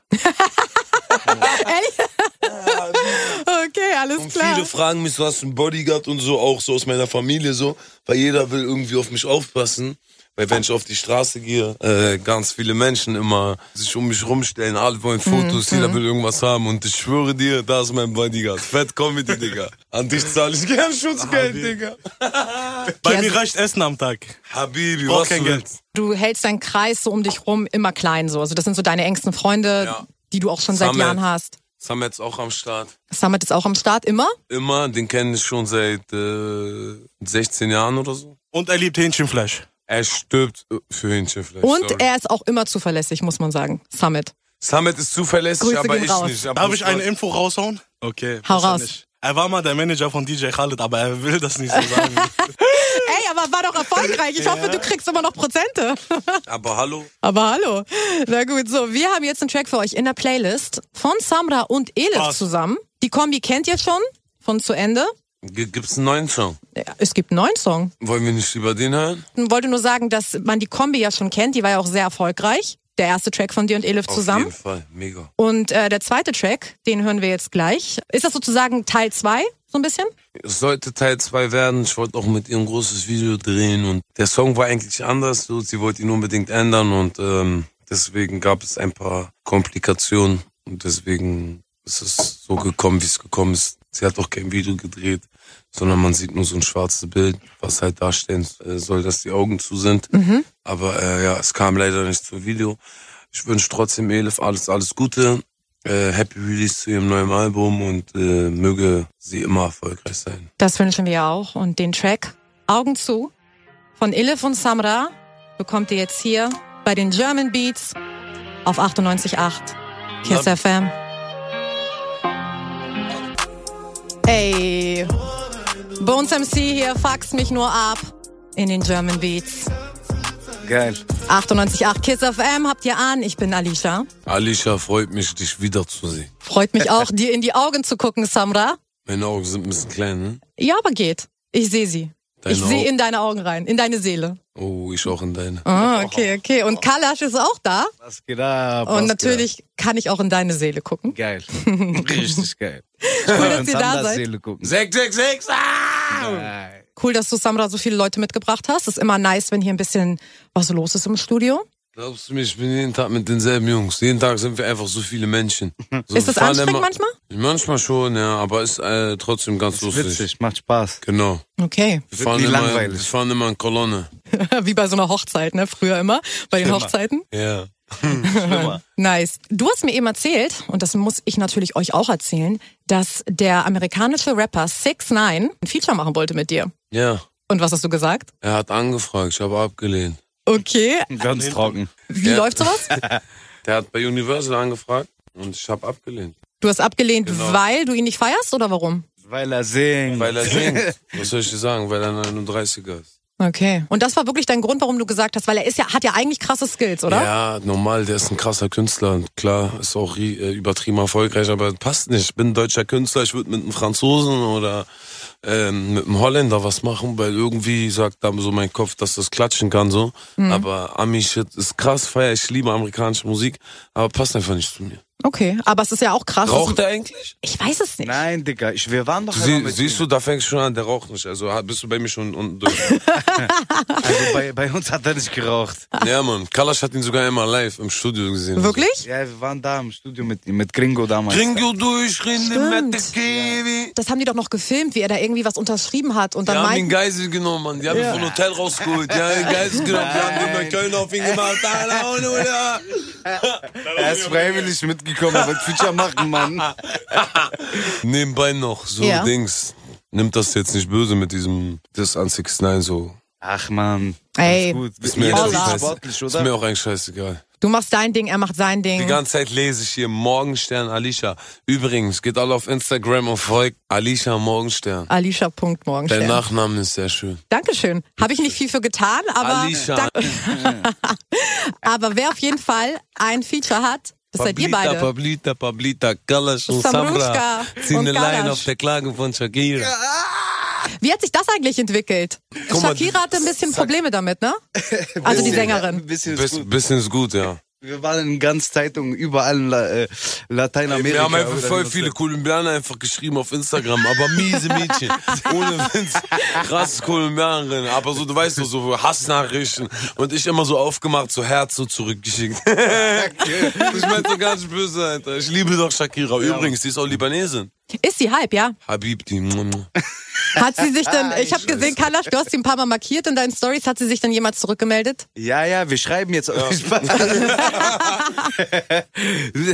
[SPEAKER 4] Okay, alles
[SPEAKER 5] Und
[SPEAKER 4] klar.
[SPEAKER 5] viele fragen mich, so hast du einen Bodyguard und so, auch so aus meiner Familie so, weil jeder will irgendwie auf mich aufpassen. Weil wenn ich auf die Straße gehe, äh, ganz viele Menschen immer sich um mich rumstellen, alle wollen
[SPEAKER 8] Mhm,
[SPEAKER 5] Fotos, jeder will irgendwas haben und ich schwöre dir, da ist mein Bodyguard. Fett Comedy, Digga. An dich zahle ich gern Schutzgeld, Digga.
[SPEAKER 8] Bei
[SPEAKER 4] Ja,
[SPEAKER 8] mir
[SPEAKER 4] also-
[SPEAKER 8] reicht Essen am Tag.
[SPEAKER 5] Habibi,
[SPEAKER 8] Brauch
[SPEAKER 5] was
[SPEAKER 8] kein
[SPEAKER 5] du
[SPEAKER 8] Geld.
[SPEAKER 5] willst.
[SPEAKER 4] Du hältst deinen Kreis so um dich rum immer klein so. Also das sind so deine engsten Freunde,
[SPEAKER 5] Ja.
[SPEAKER 4] die du auch schon seit
[SPEAKER 5] Samet.
[SPEAKER 4] Jahren hast.
[SPEAKER 5] Das haben wir jetzt auch am Start.
[SPEAKER 4] Summit ist auch am Start, immer.
[SPEAKER 5] immer, Ah, den kenne ich schon seit äh, 16 Jahren oder so.
[SPEAKER 8] Und er liebt Hähnchenfleisch.
[SPEAKER 5] Er stirbt äh, für Hähnchenfleisch.
[SPEAKER 4] Und
[SPEAKER 5] sorry.
[SPEAKER 4] er ist auch immer zuverlässig, muss man sagen. Summit.
[SPEAKER 5] Summit ist zuverlässig,
[SPEAKER 4] Grüße
[SPEAKER 5] aber
[SPEAKER 4] gehen
[SPEAKER 5] ich
[SPEAKER 4] raus.
[SPEAKER 5] nicht. Aber
[SPEAKER 8] Darf ich eine Info raushauen? Okay.
[SPEAKER 4] Hau
[SPEAKER 8] besser
[SPEAKER 4] raus.
[SPEAKER 8] nicht. Er war mal der Manager von DJ Khaled, aber er will das
[SPEAKER 4] <laughs>
[SPEAKER 8] nicht so sagen.
[SPEAKER 4] Ey, aber war doch erfolgreich. Ich hoffe, du kriegst immer noch Prozente.
[SPEAKER 5] Aber hallo?
[SPEAKER 4] Aber hallo. Na gut, so, wir haben jetzt einen Track für euch in der Playlist von Samra und Elif
[SPEAKER 8] Was?
[SPEAKER 4] zusammen. Die Kombi kennt ihr schon von zu Ende.
[SPEAKER 5] G- Gibt's einen neuen Song?
[SPEAKER 4] Ja, Es gibt einen neuen Song.
[SPEAKER 5] Wollen wir nicht über den hören?
[SPEAKER 4] Ich wollte nur sagen, dass man die Kombi ja schon kennt. Die war ja auch sehr erfolgreich. Der erste Track von dir und Elif zusammen.
[SPEAKER 5] Auf jeden Fall, mega.
[SPEAKER 4] Und äh, der zweite Track, den hören wir jetzt gleich. Ist das sozusagen Teil 2, so ein bisschen?
[SPEAKER 5] Es sollte Teil 2 werden. Ich wollte auch mit ihr ein großes Video drehen und der Song war eigentlich anders. So, sie wollte ihn unbedingt ändern und ähm, deswegen gab es ein paar Komplikationen und deswegen ist es so gekommen, wie es gekommen ist. Sie hat auch kein Video gedreht, sondern man sieht nur so ein schwarzes Bild, was halt darstellen äh, soll, dass die Augen zu sind. Aber äh, ja, es kam leider nicht zum Video. Ich wünsche trotzdem Elif alles, alles Gute. Äh, Happy Release zu ihrem neuen Album und äh, möge sie immer erfolgreich sein.
[SPEAKER 4] Das wünschen wir auch. Und den Track Augen zu von Elif und Samra bekommt ihr jetzt hier bei den German Beats auf 98.8 Kiss FM. Ey, Bones MC hier faxt mich nur ab in den German Beats.
[SPEAKER 7] Geil.
[SPEAKER 4] 98.8 Kiss FM habt ihr an. Ich bin Alicia.
[SPEAKER 5] Alicia, freut mich, dich wiederzusehen.
[SPEAKER 4] Freut
[SPEAKER 5] <laughs>
[SPEAKER 4] mich auch, dir in die Augen zu gucken, Samra.
[SPEAKER 5] Meine Augen sind ein bisschen klein, ne?
[SPEAKER 4] Ja, aber geht. Ich sehe sie.
[SPEAKER 5] Deine
[SPEAKER 4] ich sehe
[SPEAKER 5] Au-
[SPEAKER 4] in deine Augen rein, in deine Seele.
[SPEAKER 5] Oh, ich auch in deine.
[SPEAKER 4] Ah, okay, okay. Und Kalasch ist auch da.
[SPEAKER 7] Was geht ab?
[SPEAKER 4] Und
[SPEAKER 7] was geht
[SPEAKER 4] natürlich kann ich auch in deine Seele gucken.
[SPEAKER 7] ab? <laughs> Geil. Richtig geil. Cool,
[SPEAKER 4] dass ihr da seid.
[SPEAKER 7] Seele gucken.
[SPEAKER 5] 666! Ah!
[SPEAKER 7] Geil.
[SPEAKER 4] Cool, dass du Samra so viele Leute mitgebracht hast. Ist immer nice, wenn hier ein bisschen was los ist im Studio.
[SPEAKER 5] Glaubst du mir, ich bin jeden Tag mit denselben Jungs. Jeden Tag sind wir einfach so viele
[SPEAKER 7] <laughs>
[SPEAKER 5] Menschen. So,
[SPEAKER 4] Ist das
[SPEAKER 5] wir fahren
[SPEAKER 4] anstrengend manchmal?
[SPEAKER 5] Manchmal schon, ja, aber ist äh, trotzdem ganz lustig.
[SPEAKER 7] Witzig, macht Spaß.
[SPEAKER 5] Genau.
[SPEAKER 4] Okay. <laughs>
[SPEAKER 5] Wir fahren,
[SPEAKER 7] nie
[SPEAKER 5] immer, wir
[SPEAKER 7] langweilig.
[SPEAKER 5] fahren immer in Kolonne.
[SPEAKER 4] Wie bei so einer Hochzeit, ne? Früher immer. Bei den Hochzeiten.
[SPEAKER 5] Ja. <laughs> Hm,
[SPEAKER 4] <laughs> Nice. Du hast mir eben erzählt, und das muss ich natürlich euch auch erzählen, dass der amerikanische Rapper 6 9 ein Feature machen wollte mit dir.
[SPEAKER 5] Ja.
[SPEAKER 4] Und was hast du gesagt?
[SPEAKER 5] Er hat angefragt, ich habe abgelehnt.
[SPEAKER 4] Okay.
[SPEAKER 7] Ganz trocken.
[SPEAKER 4] Wie
[SPEAKER 5] Ja. <laughs>
[SPEAKER 4] läuft sowas?
[SPEAKER 5] Der hat bei Universal angefragt und ich habe abgelehnt.
[SPEAKER 4] Du hast abgelehnt,
[SPEAKER 5] Genau.
[SPEAKER 4] weil du ihn nicht feierst oder warum?
[SPEAKER 7] Weil er singt.
[SPEAKER 5] Weil
[SPEAKER 7] <laughs>
[SPEAKER 5] er singt. Was soll ich dir sagen? Weil er ein 31er ist.
[SPEAKER 4] Okay. Und das war wirklich dein Grund, warum du gesagt hast, weil er ist ja, hat ja eigentlich krasse Skills, oder?
[SPEAKER 5] Ja, normal, der ist ein krasser Künstler. Und klar, ist auch ri- äh, übertrieben erfolgreich, aber passt nicht. Ich bin ein deutscher Künstler, ich würde mit einem Franzosen oder ähm, mit einem Holländer was machen, weil irgendwie sagt da so mein Kopf, dass das klatschen kann so.
[SPEAKER 4] Mhm.
[SPEAKER 5] Aber Ami-Shit ist krass, feier ich liebe amerikanische Musik, aber passt einfach nicht zu mir.
[SPEAKER 4] Okay. Aber es ist ja auch krass.
[SPEAKER 5] Raucht er eigentlich?
[SPEAKER 4] Ich weiß es nicht.
[SPEAKER 7] Nein, Digga, ich, wir waren doch einmal
[SPEAKER 5] Sie,
[SPEAKER 7] mit
[SPEAKER 5] siehst
[SPEAKER 7] ihm.
[SPEAKER 5] du, da fängst du schon an, der raucht nicht. Also ha- bist du bei mir schon unten
[SPEAKER 4] <laughs>
[SPEAKER 5] durch.
[SPEAKER 7] Also bei, bei uns hat er nicht geraucht.
[SPEAKER 5] ja, Mann. Kalash hat ihn sogar immer live im Studio gesehen.
[SPEAKER 4] Wirklich?
[SPEAKER 7] Ja, wir waren da im Studio mit ihm, mit Gringo damals.
[SPEAKER 5] Ringo durch, Rinde, Mette,
[SPEAKER 4] Stimmt.
[SPEAKER 5] Kiwi.
[SPEAKER 4] Das haben die doch noch gefilmt, wie er da irgendwie was unterschrieben hat und
[SPEAKER 5] Die
[SPEAKER 4] dann
[SPEAKER 5] haben ihn
[SPEAKER 4] meinten,
[SPEAKER 5] Geisel genommen, Mann. Die haben ihn vom Hotel rausgeholt. Die haben ihn Geisel genommen. Die haben den Neukölln auf ihn gemacht. Da, da, und, oder.
[SPEAKER 7] Er ist freiwillig mitgekommen, er wollte Feature machen, Mann.
[SPEAKER 5] Nebenbei noch so
[SPEAKER 4] Ja.
[SPEAKER 5] Dings. Nimmt das jetzt nicht böse mit diesem das an 6 9 so.
[SPEAKER 7] Ach, Mann.
[SPEAKER 4] Ey.
[SPEAKER 7] Alles gut.
[SPEAKER 5] Ist mir,
[SPEAKER 7] Ihr
[SPEAKER 5] jetzt
[SPEAKER 7] seid
[SPEAKER 5] auch
[SPEAKER 4] Holla.
[SPEAKER 5] scheiß- ist
[SPEAKER 7] sportlich,
[SPEAKER 5] mir
[SPEAKER 7] oder?
[SPEAKER 5] auch eigentlich scheißegal.
[SPEAKER 4] du machst dein Ding, er macht sein
[SPEAKER 5] Die
[SPEAKER 4] Ding.
[SPEAKER 5] ganze Zeit lese ich hier Morgenstern Alicia. Übrigens, geht alle auf Instagram und folgt Alicia Morgenstern. Dein
[SPEAKER 4] Alicia.morgenstern.
[SPEAKER 5] Nachname ist sehr schön.
[SPEAKER 4] Dankeschön. Habe ich nicht viel für getan, aber,
[SPEAKER 5] Alicia.
[SPEAKER 4] <laughs> aber wer auf jeden Fall ein Feature hat, das seid ihr
[SPEAKER 5] Pablita,
[SPEAKER 4] beide.
[SPEAKER 5] Pablita, Pablita, Kalash und Samra.
[SPEAKER 4] Samruska
[SPEAKER 5] Ziehen
[SPEAKER 4] und
[SPEAKER 5] eine Line
[SPEAKER 4] Kalash.
[SPEAKER 5] auf der Klage von Shakira.
[SPEAKER 4] Wie hat sich das eigentlich entwickelt?
[SPEAKER 5] Guck mal,
[SPEAKER 4] Shakira hatte ein bisschen Probleme
[SPEAKER 5] <laughs>
[SPEAKER 4] damit, ne? Also die
[SPEAKER 7] Ein
[SPEAKER 4] Sängerin.
[SPEAKER 7] bisschen ist
[SPEAKER 5] Bis,
[SPEAKER 7] gut.
[SPEAKER 5] bisschen ist gut, ja.
[SPEAKER 7] Wir waren in ganz Zeitungen, überall in La äh, Lateinamerika.
[SPEAKER 5] Wir haben einfach
[SPEAKER 7] oder
[SPEAKER 5] voll
[SPEAKER 7] was
[SPEAKER 5] viele
[SPEAKER 7] das-
[SPEAKER 5] Kolumbianer einfach geschrieben auf Instagram, aber miese <laughs> Mädchen. Ohne Witz. Krasse Kolumbianerin. Aber so, du weißt so, so Hassnachrichten. Und ich immer so aufgemacht, so Herz so <laughs> zurückgeschickt.
[SPEAKER 7] <laughs>
[SPEAKER 5] ich meinte so ganz böse, Alter. Ich liebe doch Shakira. Übrigens, die ist auch Libanesin.
[SPEAKER 4] Ist sie halb, ja?
[SPEAKER 5] Habib, die.
[SPEAKER 4] Hat sie sich denn, ich habe gesehen, Kalash, du hast sie ein paar Mal markiert in deinen Stories, hat sie sich dann jemals zurückgemeldet?
[SPEAKER 7] Ja, ja, wir schreiben jetzt. Spaß. <laughs>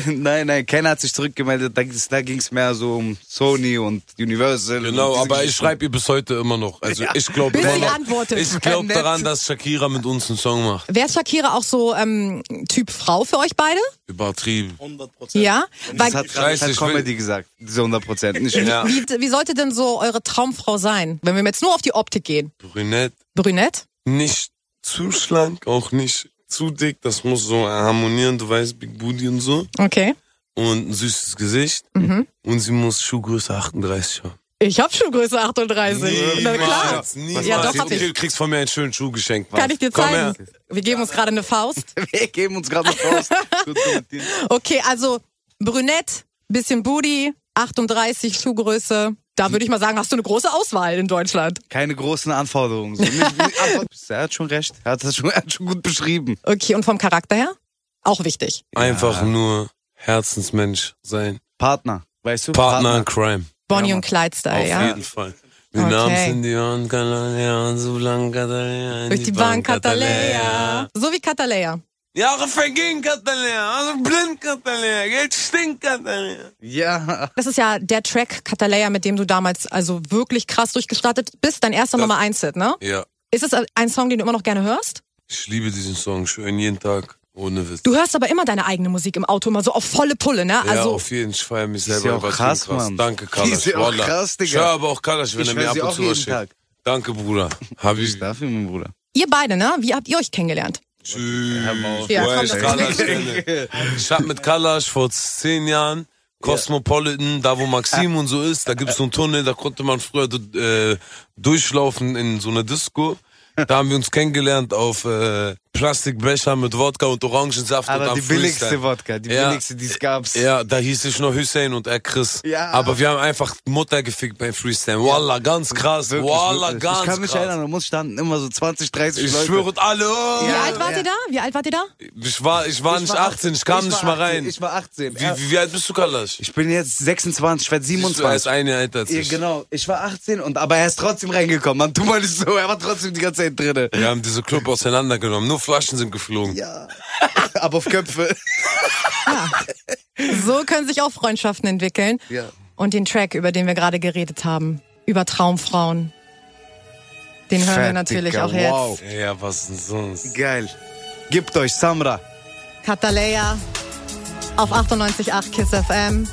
[SPEAKER 7] nein, nein, keiner hat sich zurückgemeldet. Da, ging's- da ging es mehr so um Sony und Universal.
[SPEAKER 5] Genau, <laughs>
[SPEAKER 7] und diese
[SPEAKER 5] aber ich
[SPEAKER 7] Geschichten.
[SPEAKER 5] schreibe ihr bis heute immer noch. Also ich glaube
[SPEAKER 4] Bis
[SPEAKER 5] immer
[SPEAKER 4] sie
[SPEAKER 5] noch.
[SPEAKER 4] antwortet.
[SPEAKER 5] Ich glaube daran, dass Shakira mit uns einen Song macht.
[SPEAKER 4] Wäre Shakira auch so ähm, Typ Frau für euch beide?
[SPEAKER 5] Übertrieben.
[SPEAKER 8] 100%.
[SPEAKER 4] Ja?
[SPEAKER 7] Das
[SPEAKER 4] Weil,
[SPEAKER 7] hat, das
[SPEAKER 5] Scheiße,
[SPEAKER 7] hat
[SPEAKER 5] ich
[SPEAKER 7] Comedy
[SPEAKER 5] will-
[SPEAKER 7] gesagt, diese 100 Prozent. Nicht
[SPEAKER 5] Ja.
[SPEAKER 4] wie, wie sollte denn so eure Traumfrau sein? Wenn wir jetzt nur auf die Optik gehen.
[SPEAKER 5] Brünett.
[SPEAKER 4] Brünett?
[SPEAKER 5] nicht zu schlank, auch nicht zu dick. Das muss so harmonieren, du weißt, Big Booty und so.
[SPEAKER 4] Okay.
[SPEAKER 5] Und ein süßes Gesicht. Und sie muss Schuhgröße 38 haben.
[SPEAKER 4] Ich habe Schuhgröße 38. Na klar.
[SPEAKER 5] niemals.
[SPEAKER 4] Ja, doch, hab
[SPEAKER 5] du
[SPEAKER 4] ich.
[SPEAKER 5] kriegst von mir einen schönen Schuh geschenkt.
[SPEAKER 4] Kann ich dir
[SPEAKER 5] Komm
[SPEAKER 4] zeigen.
[SPEAKER 5] her.
[SPEAKER 4] Wir geben uns gerade eine Faust.
[SPEAKER 7] <laughs> Wir geben uns gerade noch raus. Gut kommentiert.
[SPEAKER 4] Okay, also Brünett, bisschen Booty, 38 Schuhgröße. Da würde ich mal sagen, hast du eine große Auswahl in Deutschland.
[SPEAKER 7] Keine großen Anforderungen. So. Nicht- nicht Anforder- Er hat schon recht. Er hat das schon, er hat schon gut beschrieben.
[SPEAKER 4] Okay, und vom Charakter her? Auch wichtig.
[SPEAKER 5] Einfach nur Herzensmensch sein.
[SPEAKER 7] Partner, weißt du?
[SPEAKER 5] Partner in Crime.
[SPEAKER 4] Bonnie und Clyde-Style,
[SPEAKER 5] Auf
[SPEAKER 4] ja?
[SPEAKER 5] jeden Fall. Wir
[SPEAKER 4] Ah. Okay.
[SPEAKER 5] Namen sind Dion, Catalea, so lang Catalea.
[SPEAKER 4] Durch die Bahn Catalea. So wie Catalea.
[SPEAKER 5] Jahre vergehen, Catalea. Also blind, Catalea. Geld stinkt, Catalea.
[SPEAKER 7] Ja. <laughs>
[SPEAKER 4] Das ist ja der Track Catalea, mit dem du damals also wirklich krass durchgestartet bist. Dein erster Nummer 1-Hit, ne?
[SPEAKER 5] Ja.
[SPEAKER 4] Ist es ein Song, den du immer noch gerne hörst?
[SPEAKER 5] Ich liebe diesen Song, schön jeden Tag, ohne Witz.
[SPEAKER 4] Du hörst aber immer deine eigene Musik im Auto, immer so auf volle Pulle, ne?
[SPEAKER 5] ja,
[SPEAKER 4] Also,
[SPEAKER 5] auf jeden Fall, ich feier mich
[SPEAKER 7] ist
[SPEAKER 5] selber
[SPEAKER 7] ja auch
[SPEAKER 5] übertrieben
[SPEAKER 7] krass, Mann.
[SPEAKER 5] Danke,
[SPEAKER 7] Die
[SPEAKER 5] Kalash.
[SPEAKER 7] ist ja auch
[SPEAKER 5] Wallah.
[SPEAKER 7] krass, Digga.
[SPEAKER 5] Ich höre aber auch Kalash, wenn
[SPEAKER 7] Ich
[SPEAKER 5] er
[SPEAKER 7] höre
[SPEAKER 5] mir ab
[SPEAKER 7] sie
[SPEAKER 5] und
[SPEAKER 7] auch
[SPEAKER 5] zu
[SPEAKER 7] jeden
[SPEAKER 5] was schickt.
[SPEAKER 7] Tag.
[SPEAKER 5] Danke, Bruder. Hab ich.
[SPEAKER 7] Dafür, mein Bruder.
[SPEAKER 4] ihr beide, ne? Wie habt ihr euch kennengelernt?
[SPEAKER 5] Tschüss.
[SPEAKER 7] mal auf.
[SPEAKER 4] Ja,
[SPEAKER 5] Wo
[SPEAKER 4] komm,
[SPEAKER 5] ich
[SPEAKER 4] das
[SPEAKER 5] Kalash kenne. Ich hab mit Kalash vor zehn Jahren Cosmopolitan, da wo Maxim und so ist, da gibt's so einen Tunnel, da konnte man früher äh, durchlaufen in so einer Disco. Da haben wir uns kennengelernt auf äh, Plastikbecher mit Wodka und Orangensaft und
[SPEAKER 7] Aber
[SPEAKER 5] am
[SPEAKER 7] die
[SPEAKER 5] Freestyle.
[SPEAKER 7] billigste Wodka, die
[SPEAKER 5] Ja.
[SPEAKER 7] billigste, die es gab's.
[SPEAKER 5] Ja, da hieß ich nur Hussein und er Chris.
[SPEAKER 7] Ja.
[SPEAKER 5] Aber wir haben einfach Mutter gefickt beim Freestyle. Wallah, ganz krass.
[SPEAKER 7] Wirklich,
[SPEAKER 5] Wallah,
[SPEAKER 7] wirklich.
[SPEAKER 5] ganz
[SPEAKER 7] Ich kann mich
[SPEAKER 5] krass.
[SPEAKER 7] erinnern, um uns standen immer so 20, 30
[SPEAKER 5] Ich
[SPEAKER 7] Leute.
[SPEAKER 5] schwöre und alle. Oh.
[SPEAKER 4] Wie
[SPEAKER 7] Ja,
[SPEAKER 4] alt wart
[SPEAKER 7] ja.
[SPEAKER 4] ihr da? Wie alt wart ihr da?
[SPEAKER 5] Ich war, ich war nicht 18, ich kam nicht
[SPEAKER 7] war
[SPEAKER 5] mal
[SPEAKER 7] 18,
[SPEAKER 5] rein.
[SPEAKER 7] Ich war 18.
[SPEAKER 5] Wie,
[SPEAKER 7] Ja.
[SPEAKER 5] wie, wie alt bist du, Kalasch?
[SPEAKER 7] Ich bin jetzt 26, ich werde
[SPEAKER 5] Siehst du, Er ist
[SPEAKER 7] 27.
[SPEAKER 5] eine älter als
[SPEAKER 7] Ja,
[SPEAKER 5] ich.
[SPEAKER 7] genau, ich war 18, und, aber er ist trotzdem reingekommen. Man, tu mal nicht so, er war trotzdem die ganze Zeit drinne.
[SPEAKER 5] Wir haben diese Club auseinandergenommen. Nur Flaschen sind geflogen.
[SPEAKER 7] Ja. <laughs> aber auf Köpfe.
[SPEAKER 4] So können sich auch Freundschaften entwickeln.
[SPEAKER 7] Ja.
[SPEAKER 4] Und den Track, über den wir gerade geredet haben, über Traumfrauen, den hören wir natürlich auch jetzt.
[SPEAKER 7] Wow.
[SPEAKER 5] Ja, was denn sonst?
[SPEAKER 7] Geil. Gebt euch Samra.
[SPEAKER 4] Katalea auf 98.8 Kiss FM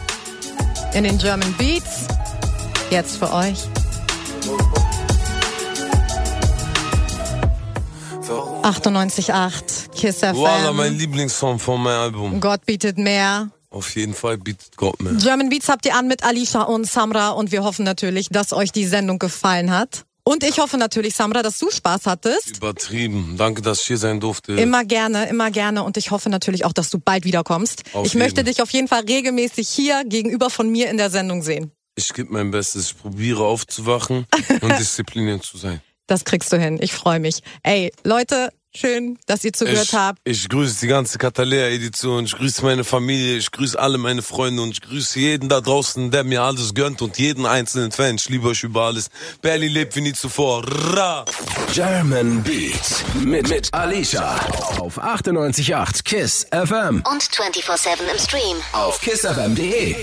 [SPEAKER 4] in den German Beats. Jetzt für euch.
[SPEAKER 2] Warum?
[SPEAKER 4] 98.8 Kiss FM.
[SPEAKER 5] Wallah, mein Lieblingssong von meinem Album.
[SPEAKER 4] Gott bietet mehr.
[SPEAKER 5] Auf jeden Fall bietet Gott mehr.
[SPEAKER 4] German Beats habt ihr an mit Alicia und Samra und wir hoffen natürlich, dass euch die Sendung gefallen hat. Und ich hoffe natürlich, Samra, dass du Spaß hattest.
[SPEAKER 5] Übertrieben. Danke, dass ich hier sein durfte.
[SPEAKER 4] Immer gerne, immer gerne. Und ich hoffe natürlich auch, dass du bald wiederkommst.
[SPEAKER 5] Auf
[SPEAKER 4] ich möchte
[SPEAKER 5] jeden.
[SPEAKER 4] dich auf jeden Fall regelmäßig hier gegenüber von mir in der Sendung sehen.
[SPEAKER 5] Ich gebe mein Bestes. Ich probiere
[SPEAKER 7] <laughs>
[SPEAKER 5] aufzuwachen und diszipliniert zu sein.
[SPEAKER 4] Das kriegst du hin. Ich freue mich. Ey, Leute, schön, dass ihr zugehört
[SPEAKER 5] Ich,
[SPEAKER 4] habt.
[SPEAKER 5] ich grüße die ganze Catalea-Edition, ich grüße meine Familie, ich grüße alle meine Freunde und ich grüße jeden da draußen, der mir alles gönnt und jeden einzelnen Fan. Ich liebe euch über alles. Berlin lebt wie nie zuvor. Ra!
[SPEAKER 3] German Beat mit, mit Alicia auf 98.8 KISS FM
[SPEAKER 9] Und 24-7 im Stream.
[SPEAKER 3] auf kissfm.de.